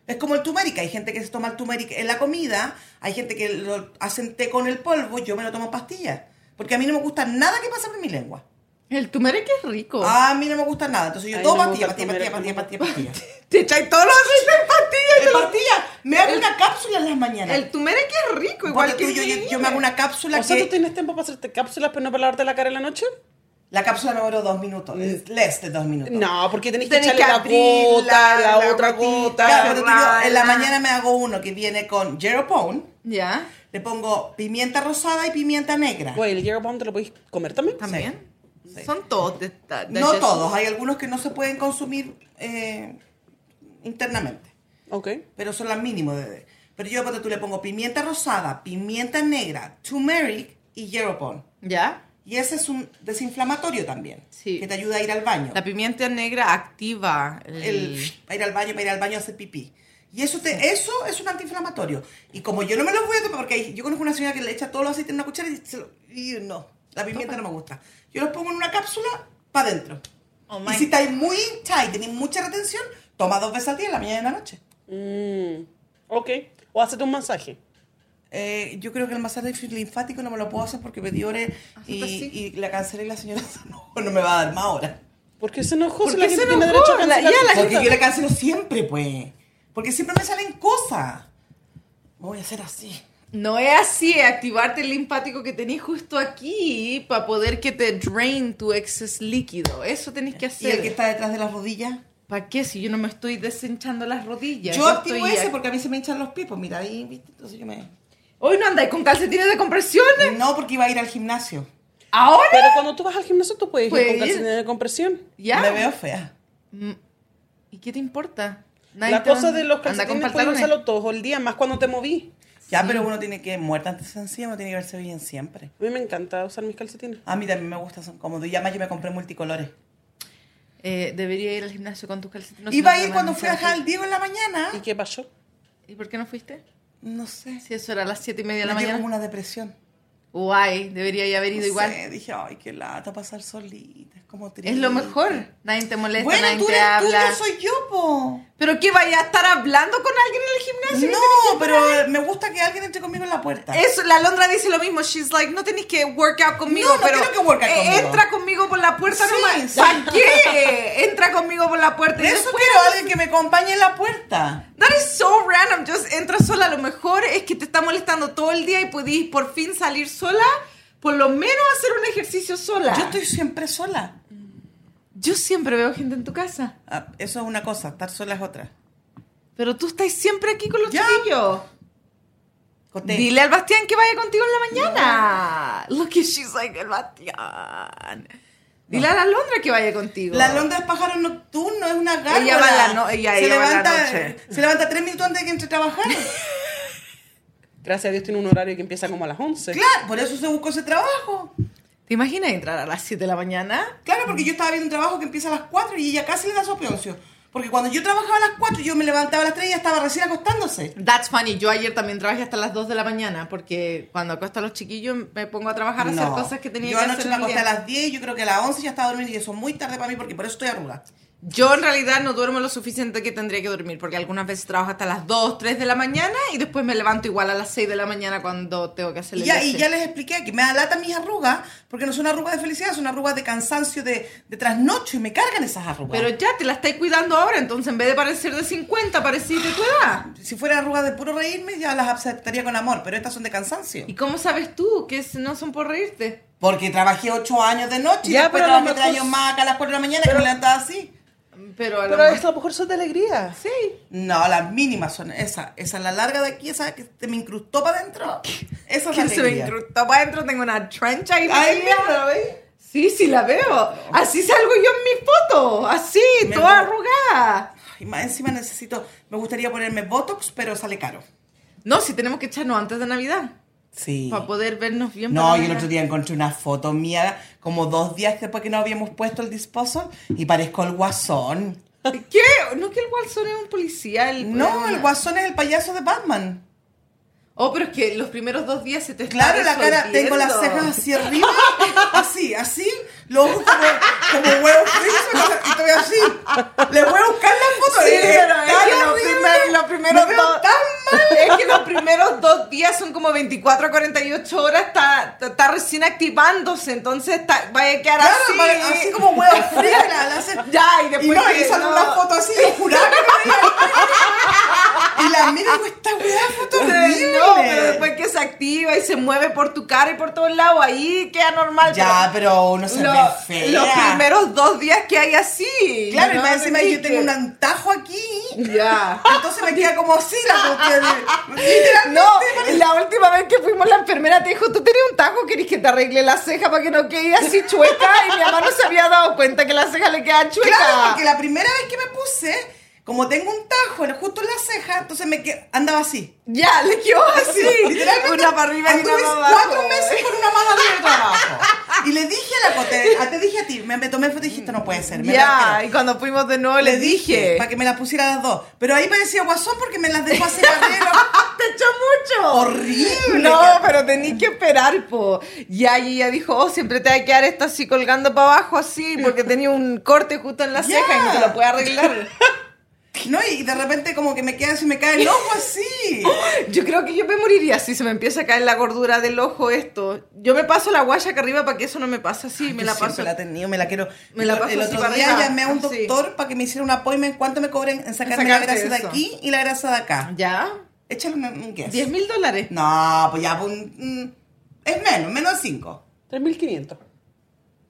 C: Es como el turmeric, hay gente que se toma el turmeric en la comida, hay gente que lo hacen té con el polvo, yo me lo tomo en pastillas, porque a mí no me gusta nada que pasa por mi lengua.
A: El turmeric es rico.
C: Ah, A mí no me gusta nada, entonces yo
B: Ay,
C: tomo
B: no me gusta
C: pastillas, pastillas,
B: el
C: pastillas, pastillas,
B: turmeric,
C: pastillas, pastillas.
A: Te echáis todos los aceite en pastillas.
C: Eh, pastillas, me hago una cápsula en las mañanas.
A: El turmeric es rico,
C: Igual
A: igual que el
C: yo, yo, yo
A: jengibre.
C: me hago una cápsula
B: O sea,
C: que...
B: ¿tú tienes tiempo para hacerte cápsulas pero no para lavarte la cara en la noche?
C: La cápsula me duró dos minutos. Less de dos minutos.
B: No, porque tenés que
A: Mm. Tenés
B: echarle
A: que
B: la
A: abrirla,
B: gota, la,
A: la
B: otra
A: gotita.
B: gota.
C: Claro, pero tú, yo en la
A: Rara.
C: mañana me hago uno que viene con Jeropone.
A: ¿Ya?
C: Le pongo pimienta rosada y pimienta negra.
B: Güey, el Jager Bomb te lo podés comer también.
A: ¿También?
C: Sí.
A: Son todos. de esta- de
C: no
A: esta-
C: todos, hay algunos que no se pueden consumir eh, internamente,
B: Ok.
C: pero son las mínimas. De, pero yo cuando tú le pongo pimienta rosada, pimienta negra, turmeric y Jeropone.
A: ¿Ya?
C: Y ese es un desinflamatorio también,
A: Sí.
C: que te ayuda a ir al baño.
A: La pimienta negra activa el...
C: el, para ir al baño, para ir al baño a hacer pipí. Y eso, te, eso es un antiinflamatorio. Y como yo no me lo voy a tomar, porque hay- yo conozco una señora que le echa todo el aceite en una cuchara y, se lo- y no, la pimienta no me gusta. Yo los pongo en una cápsula para adentro.
A: Oh
C: y
A: my-
C: si estáis muy hincha y tenéis mucha retención, toma dos veces al día, en la mañana y en la noche.
B: Mm, ok. O hacete un masaje.
C: Eh, yo creo que el masaje linfático no me lo puedo hacer porque me dio ore
A: Ah,
C: y,
A: Así.
C: y la cancelé y la señora no, no me va a dar más ahora.
B: ¿Por qué se enojó?
A: ¿Por
B: Si la
A: qué se
B: gente tiene
A: enojó?
B: derecho a
A: La-
B: cancelar
A: ya
B: su
A: la
B: cuenta.
C: Porque yo la cancelo siempre, pues. Porque siempre me salen cosas. Voy a hacer así.
A: No es así, es activarte el linfático que tenés justo aquí para poder que te drain tu excess líquido. Eso tenés que
C: ¿Y el que
A: hacer.
C: está detrás de las rodillas?
A: ¿Para qué? Si yo no me estoy deshinchando las rodillas.
C: yo activo
A: estoy
C: ese
A: ac-
C: porque a mí se me hinchan los pies. Pues mira ahí, ¿viste? Entonces yo me.
A: Hoy no andáis con calcetines de compresiones.
C: No, porque iba a ir al gimnasio.
A: Ahora.
B: Pero cuando tú vas al gimnasio, tú puedes ir
A: Puedes
B: con
A: ir.
B: calcetines de compresión.
A: Ya.
C: Me veo fea.
A: Mm, ¿Y qué te importa? Nadie
B: La
A: te
B: cosa
A: va-
B: de los
A: anda con
B: calcetines puedes
A: pantalones.
B: usarlo todo el día, más cuando te moví.
C: Ya, pero uno tiene que. Muerta antes sencilla, uno tiene que verse bien siempre.
B: A mí me encanta usar mis calcetines.
C: A mí también me gusta, son cómodos. Y además yo me compré multicolores.
A: Eh, debería ir al gimnasio con tus calcetines. No sé
C: iba a
A: dónde
C: ir
A: van
C: cuando fui a
A: estar.
C: dejar al Diego en la mañana.
B: ¿Y qué pasó?
A: ¿Y por qué no fuiste?
C: No sé.
A: Si eso era a las 7 y media de
C: Me
A: la
C: dio
A: mañana.
C: como una depresión.
A: Guay, debería ya haber
C: No
A: ido igual.
C: sé, dije, ay, qué lata pasar solita. Es como triste.
A: Es lo mejor. Nadie te molesta,
C: Bueno,
A: nadie
C: tú
A: te
C: eres tú,
A: habla.
C: yo soy yo, po.
A: Pero que vaya a estar hablando con alguien en el gimnasio.
C: No, pero me gusta que alguien entre conmigo en la puerta.
A: Eso, la Londra dice lo mismo. She's like, no tenés que work out conmigo.
C: No, no
A: pero eh,
C: quiero que work out conmigo.
A: Entra conmigo por la puerta
C: Sí,
A: nomás.
C: sí.
A: ¿Para qué? Entra conmigo por la puerta.
C: Por
A: y
C: eso
A: después-
C: quiero a alguien que me acompañe en la puerta.
A: That is so random. Just entra sola. Lo mejor es que te está molestando todo el día y podís por fin salir sola. Por lo menos hacer un ejercicio sola.
C: Yo estoy siempre sola.
A: Yo siempre veo gente en tu casa.
C: Ah, Eso es una cosa, estar sola es otra.
A: Pero tú estás siempre aquí con los
C: Ya.
A: chiquillos.
C: Coté.
A: Dile al Bastián que vaya contigo en la mañana. Look at she's like, el Bastián. Dile a la Londra que vaya contigo.
C: La Londra es pájaro nocturno, es una gárgola.
A: Ella va a la no- ella-
C: se
A: ella va a la
C: levanta,
A: noche.
C: Se levanta tres minutos antes de que entre a trabajar.
B: Gracias a Dios tiene un horario que empieza como a las 11.
C: claro, por eso se buscó ese trabajo.
A: ¿Te imaginas entrar a las 7 de la mañana?
C: Claro, porque yo estaba viendo un trabajo que empieza a las 4 y ella casi le da sopioncio. Porque cuando yo trabajaba a las 4, yo me levantaba a las 3 y ella estaba recién acostándose.
A: That's funny. Yo ayer también trabajé hasta las 2 de la mañana porque cuando acuesto a los chiquillos me pongo a trabajar a hacer
C: No.
A: cosas que tenía
C: yo
A: que
C: anoche
A: hacer.
C: me
A: en el
C: acosté
A: día.
C: a las 10 y yo creo que a las 11 ya estaba durmiendo y eso es muy tarde para mí porque por eso estoy arrugada.
A: Yo en realidad no duermo lo suficiente que tendría que dormir porque algunas veces trabajo hasta las 2, 3 de la mañana y después me levanto igual a las 6 de la mañana cuando tengo que hacer
C: Y
A: el
C: ya,
A: leche.
C: y ya les expliqué que me alatan mis arrugas porque no son arrugas de felicidad, son arrugas de cansancio, de, de trasnocho y me cargan esas arrugas.
A: Pero ya te la estáis cuidando ahora, entonces en vez de parecer de 50, parecís de tu edad.
C: si fuera arrugas de puro reírme, ya las aceptaría con amor, pero estas son de cansancio.
A: ¿Y cómo sabes tú que es- no son por reírte?
C: Porque trabajé ocho años de noche y
B: Ya,
C: después
B: pero a lo
C: trabajé tres
B: mejor-
C: años más acá a las cuatro de la mañana que me levantaba así.
A: Pero a lo
B: Pero
A: mejor-
B: esto a lo mejor son de alegría.
A: Sí.
C: No, las mínimas son esas. Esa la larga de aquí, esa que te me incrustó para adentro. Esa es la
A: Que se me
C: alegría.
A: incrustó para adentro, tengo una trencha ahí.
C: Ay,
A: metida.
C: mira, ¿la veis?
A: Sí, sí, la veo. Así salgo yo en mi foto. Así,
C: Me
A: toda
C: mu-
A: arrugada.
C: Y más encima necesito, me gustaría ponerme Botox, pero sale caro.
A: No, si tenemos que echarnos antes de Navidad.
C: Sí.
A: Para poder vernos bien.
C: No,
A: para
C: yo el
A: Navidad.
C: otro día encontré una foto mía, como dos días después que no habíamos puesto el disposal, y parezco el guasón.
A: ¿Qué? No que el Guasón es un policía. El,
C: No,
A: una-
C: el guasón es el payaso de Batman.
A: Oh, pero es que los primeros dos días se te está
C: Claro, la cara, tengo las
A: resolviendo.
C: cejas así arriba, así, así, los ojos como, como huevo frito, y estoy así. Le voy a buscar la foto.
A: Sí,
C: y dije,
A: pero es
C: "Tan
A: que los
C: horrible,
A: primer- los primeros
C: me veo
A: dos-
C: tan mal".
A: Es que los primeros dos días son como 24 a 48 horas, está, está recién activándose, entonces está, vaya a quedar
C: Claro,
A: así.
C: pare- así, como huevo frito. la- la ce-
A: Ya, y después
C: no, y
A: que-
C: sale
A: no.
C: una foto así, yo juraba que no era. Y la mira y digo, esta weá foto horrible.
A: Eh, No, pero después que se activa y se mueve por tu cara y por todos lados, ahí queda normal.
C: Ya, pero uno se
A: pero
C: ve
A: lo-
C: fea.
A: los primeros dos días que hay así.
C: Claro, y
A: ¿no?
C: más encima yo
A: Enrique.
C: tengo un antajo aquí.
A: Ya.
C: Entonces me queda como así la cuestión. Literalmente.
A: No, la última vez que fuimos la enfermera te dijo, tú tenés un tajo, querés que te arregle la ceja para que no quede así chueca y mi mamá no se había dado cuenta que la ceja le queda chueca.
C: Claro, porque la primera vez que me puse, como tengo un tajo en- justo en la ceja, entonces me qued- andaba así.
A: Ya, le quedó así.
C: Literalmente,
A: una para arriba y una
C: anduve
A: para abajo.
C: cuatro meses con una mano de trabajo. Y le dije a la Cote, a- te dije a ti, me, me tomé foto y dije, esto no puede ser. me la
A: Ya,
C: quiero".
A: y cuando fuimos de nuevo le dije,
C: Para que me las pusiera las dos. Pero ahí parecía guasón porque me las dejó así arriba.
A: "Ah, te echó mucho.
C: Horrible.
A: No, pero tenés que esperar, po. Y ahí ella dijo, oh, siempre te va a quedar esto así colgando para abajo así, porque tenía un corte justo en la
C: Ya.
A: ceja y no te lo puede arreglar.
C: No, y de repente como que me queda así, me cae el ojo así.
A: Yo creo que yo me moriría si se me empieza a caer la gordura del ojo esto. Yo me paso la guaya acá arriba para que eso no me pase así, me
C: Yo
A: la
C: siempre
A: paso.
C: la he tenido, me la quiero.
A: Me la paso
C: el
A: así
C: otro
A: para
C: día
A: arriba,
C: llamé a un
A: así.
C: doctor para que me hiciera un appointment. ¿Cuánto me cobran en sacarme la
A: sacarte
C: grasa de
A: eso.
C: aquí y la grasa de acá?
A: ¿Ya?
C: Échale un, un guess.
A: ¿10 mil dólares?
C: No, pues ya, pues, mm, es menos, menos 5.
B: 3.500.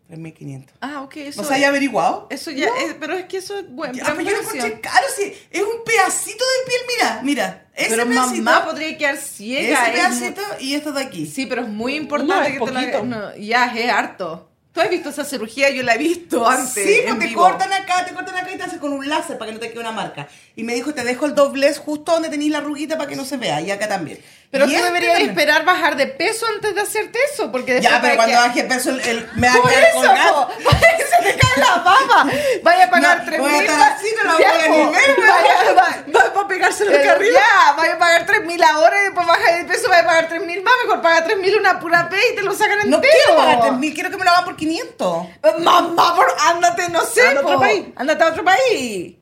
C: 3.500.
A: Ah, ok, eso.
C: ¿No se haya averiguado?
A: Eso ya, es- pero es que eso es bueno.
C: Ya, pues yo lo encontré caro, sí. Es un pedacito de piel, mira, mira. Ese
A: Pero
C: pedacito.
A: mamá podría quedar
C: ese
A: ciega. es mu-
C: pedacito y esto de aquí.
A: Sí, pero es muy importante
B: No, es
A: que te
B: poquito.
A: la no, Ya, es harto. Tú has visto esa cirugía, yo la he visto antes.
C: Sí,
A: en
C: pues te
A: vivo.
C: cortan acá, te cortan acá y te hacen con un láser para que no te quede una marca. Y me dijo, te dejo el doblez justo donde tenéis la arruguita para que no se vea. Y acá también.
A: Pero
C: Y
A: tú
C: este
A: deberías
C: también.
A: esperar bajar de peso antes de hacerte eso, porque después
C: Ya,
A: te
C: pero
A: va a
C: cuando
A: quedar-
C: baje el peso, el, el- me va a
A: Por
C: quedar
A: eso,
C: colgado.
A: po, por eso te cae la papa. Vaya a pagar
C: No,
A: 3
C: voy
A: mil. pues,
C: a estar así, no la voy a ni ver, weón.
A: Vaya, va- va para pegarse los carriles. Ya, vaya a pagar 3 mil ahora y después baja de peso, vaya a pagar 3 mil más. Mejor paga 3 mil una pura P y te lo sacan
C: No
A: entero.
C: quiero pagar 3.000, quiero que me lo hagan por 500.
A: Mamá, por, ándate, no sé.
B: Ándate a otro
A: po.
B: país.
A: Ándate a otro país.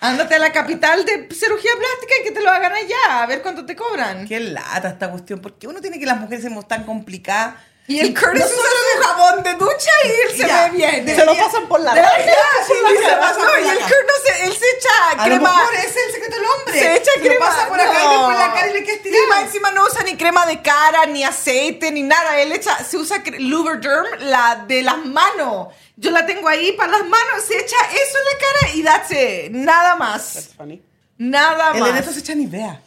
A: Ándate a la capital de cirugía plástica y que te lo hagan allá. A ver cuánto te cobran.
C: Qué lata esta cuestión. porque uno tiene que las mujeres somos tan complicadas?
A: Y el Curtis
C: Nosotros
A: usa su jabón de ducha y él se
C: Ya.
A: ve bien.
B: Se lo pasan por la
A: Debería,
B: raja.
A: sí,
C: Sí,
A: se
C: se
A: lo
C: pasa
A: pasó,
C: por
A: y
C: la
A: el
C: cara.
A: Kurt no se, él se echa
C: A lo
A: crema.
C: mejor ese es el secreto del hombre.
A: Se echa crema.
C: Lo pasa por acá y
A: no.
C: después la cara y le queda estirada.
A: Y más encima no usa ni crema de cara, ni aceite, ni nada. Él echa, se usa cre- Lubriderm, la de las manos. Yo la tengo ahí para las manos. Se echa eso en la cara y that's it. Nada más.
B: That's funny.
A: Nada
C: El Ernesto
A: más.
C: se echa Nivea.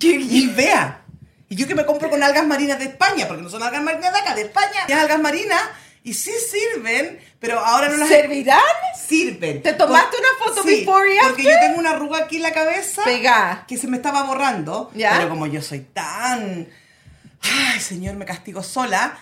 A: ¿Qué-
C: Nivea. Y yo que me compro con algas marinas de España, porque no son algas marinas de acá, de España. Es algas marinas y sí sirven, pero ahora no las
A: ¿Servirán?
C: sirven.
A: ¿Te tomaste una foto before y
C: Porque
A: after?
C: yo tengo una arruga aquí en la cabeza
A: Pegá.
C: que se me estaba borrando.
A: ¿Ya?
C: Pero como yo soy tan. Ay, señor, me castigo sola.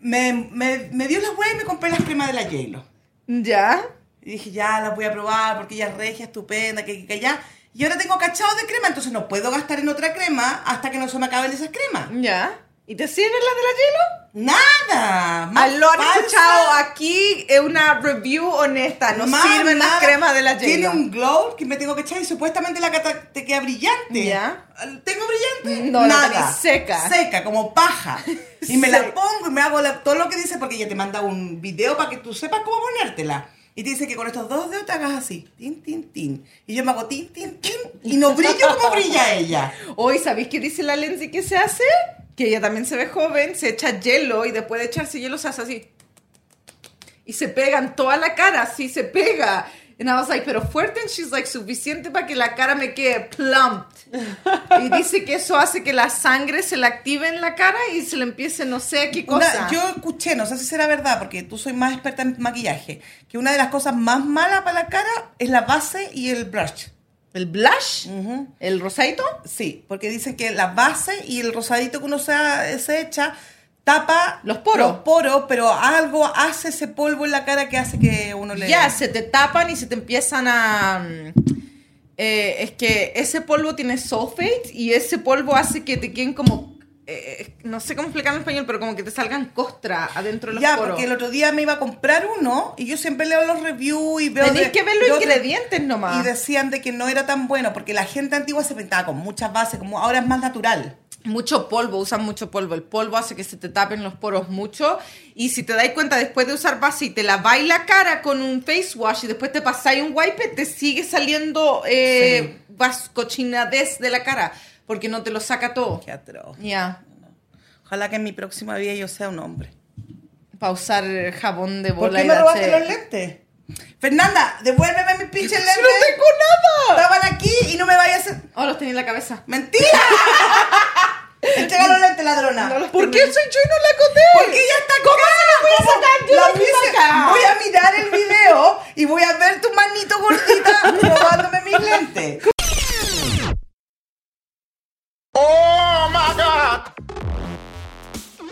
C: Me, me- me dio las huevas y me compré las cremas de la Yelo.
A: ¿Ya?
C: Y dije, ya las voy a probar porque ella es regia, estupenda, que, que, que ya. Y ahora tengo cachado de crema, entonces no puedo gastar en otra crema hasta que no se me acaben esas cremas.
A: ¿Ya? ¿Y te sirven las de la hielo?
C: ¡Nada! Más
A: Aló, han
C: falsa.
A: escuchado aquí eh, una review honesta. No
C: Más
A: sirven las
C: nada.
A: cremas de la
C: Tiene
A: hielo.
C: un glow que me tengo que echar y supuestamente la cata te queda brillante.
A: Ya.
C: ¿Tengo brillante?
A: No, la tenés seca.
C: Seca, como paja. Y me
A: Sí.
C: la pongo y me hago la- todo lo que dice porque ella te manda un video para que tú sepas cómo ponértela. Y te dice que con estos dos dedos te hagas así, tin, tin, tin. Y yo me hago tin, tin, tin. Y no brillo como brilla ella.
A: Hoy, ¿sabéis qué dice la Lindsay que se hace? Que ella también se ve joven, se echa hielo y después de echarse hielo se hace así. Y se pega en toda la cara, así se pega. And I was like, pero fuerte, and she's like, suficiente para que la cara me quede plumped. Y dice que eso hace que la sangre se le active en la cara y se le empiece, no sé qué
C: Una-
A: cosa.
C: yo escuché, no sé si será verdad, porque tú soy más experta en maquillaje, que una de las cosas más malas para la cara es la base y el brush.
A: ¿El blush?
C: Ujú.
A: ¿El rosadito?
C: Sí, porque dicen que la base y el rosadito que uno se, ha- se echa tapa
A: Los poros.
C: los poros, pero algo hace ese polvo en la cara que hace que uno le...
A: Ya, se te tapan y se te empiezan a... mm, eh, es que ese polvo tiene sulfate y ese polvo hace que te queden como... eh, eh, no sé cómo explicarlo en español, pero como que te salgan costras adentro de los
C: Ya,
A: poros.
C: porque el otro día me iba a comprar uno y yo siempre leo los reviews y veo...
A: Tenéis
C: de-
A: que ver los
C: de otro-
A: ingredientes nomás.
C: Y decían de que no era tan bueno, porque la gente antigua se pintaba con muchas bases, como ahora es más natural.
A: Mucho polvo, usan mucho polvo. El polvo hace que se te tapen los poros mucho. Y si te dais cuenta, después de usar base y te laváis la cara con un face wash y después te pasáis un wipe, te sigue saliendo eh, vas- cochinadez de la cara porque no te lo saca todo.
C: Qué atroz.
A: Ya.
C: Ojalá que en mi próxima vida yo sea un hombre.
A: para usar eh, jabón de bola
C: ¿Por qué
A: y
C: me
A: darse-
C: robaste los lentes? Fernanda, devuélveme mis pinches lentes.
A: ¡Si no tengo nada!
C: Estaban aquí y no me vayas a...
A: Oh, los tenía en la cabeza.
C: ¡Mentira! Entrega los lentes, ladrona.
A: ¿Por qué soy yo y no la conté?
C: Porque ella está acá. ¿Cómo
A: sacar yo
C: la
A: de aquí
C: hice?
A: para acá?
C: Voy a mirar el video y voy a ver tu manito gordita robándome mis lentes.
A: ¿Cómo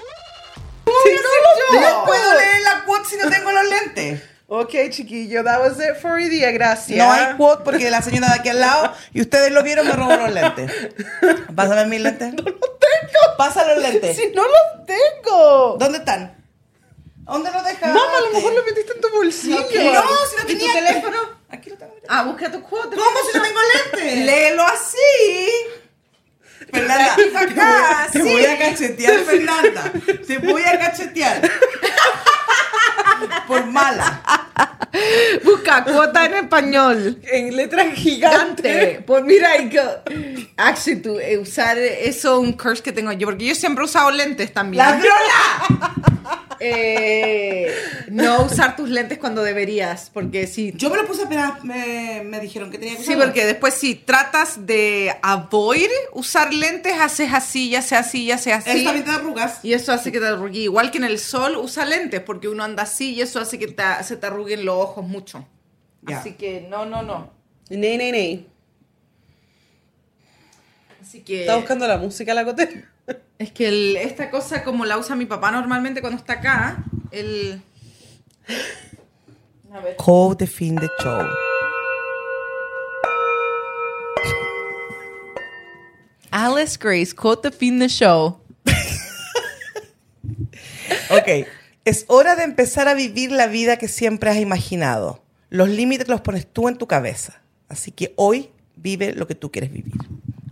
A: voy a ser yo?
C: No puedo leer la quote si no tengo los lentes.
B: Ok, chiquillo, that was it for hoy día, gracias.
C: No hay quote porque la señora de aquí al lado y ustedes lo vieron, me robó los lentes. Pásame mis lentes. No los tengo. Pasa los lentes.
B: Si no los tengo.
C: ¿Dónde están? ¿Dónde los dejaste?
B: Mamá, a lo mejor lo metiste en tu bolsillo.
A: Ok.
C: No, si no
A: ¿Y tu
C: tenía
A: teléfono?
C: Aquí lo tengo. mira.
A: Ah, busca tu cuota.
C: ¿Cómo si no tengo lentes?
A: Léelo así.
C: Fernanda,
A: Te voy a-
C: te
A: sí.
C: voy a cachetear, Fernanda. Te voy a cachetear. Por mala.
A: Busca cuota en español.
B: En letras
A: Gigante.
B: gigantes.
A: Pues mira, y co- actitud, eh, usar eso, un curse que tengo yo, porque yo siempre he usado lentes también.
C: ¡Ladrona!
A: Eh, no usar tus lentes cuando deberías, porque si
C: Yo me lo puse apenas me, me dijeron que tenía que
A: Sí,
C: usarlo.
A: porque después si tratas de avoid usar lentes, haces así, ya sea así, ya sea
C: Eso
A: así.
C: también te da arrugas.
A: Y eso hace que te arrugue. Igual que en el sol, usa lentes porque uno anda así y eso hace que te- se te arruguen los ojos mucho.
C: Ya.
A: Así que no, no, no.
B: Ney, ney, ney.
A: Así que
B: Está buscando la música, la cote.
A: es que el- esta cosa como la usa mi papá normalmente cuando está acá, el... A ver.
C: Code de fin de show.
A: Alice Grace, quote the fin the show.
C: Ok. Es hora de empezar a vivir la vida que siempre has imaginado. Los límites los pones tú en tu cabeza. Así que hoy vive lo que tú quieres vivir.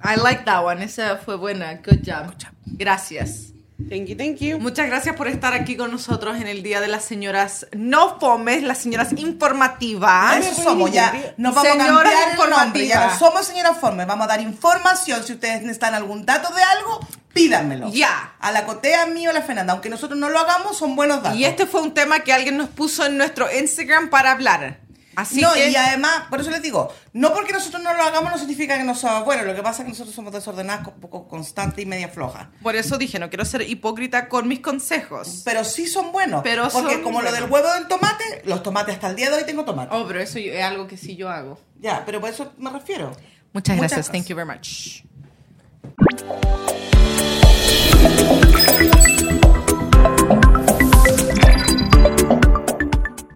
A: I like that one. Esa fue buena. Good job.
C: job.
A: Gracias.
B: Thank you, thank you.
A: Muchas gracias por estar aquí con nosotros en el Día de las Señoras No Fomes, las señoras informativas.
C: Ah, Eso somos ya. Nos vamos
A: Señoras
C: a cambiar el nombre. Ya
A: informativas.
C: no somos señora Former. Vamos a dar información. Si ustedes necesitan algún dato de algo, pídanmelo.
A: Ya.
C: A la cotea a mí o a la Fernanda. Aunque nosotros no lo hagamos, son buenos datos.
A: Y este fue un tema que alguien nos puso en nuestro Instagram para hablar. Así
C: no,
A: que
C: y además, por eso les digo, no porque nosotros no lo hagamos no significa que no somos buenos. Lo que pasa es que nosotros somos desordenados, un poco constantes y media flojas.
A: por eso dije, no quiero ser hipócrita con mis consejos.
C: Pero sí son buenos.
A: Pero
C: porque
A: son
C: como lo del
A: buenos.
C: huevo del tomate, los tomates hasta el día de hoy tengo tomate.
A: Oh, pero eso yo- es algo que sí yo hago.
C: Ya, pero por eso me refiero.
A: Muchas
C: Muchas
A: gracias.
C: gracias.
A: Thank you very much.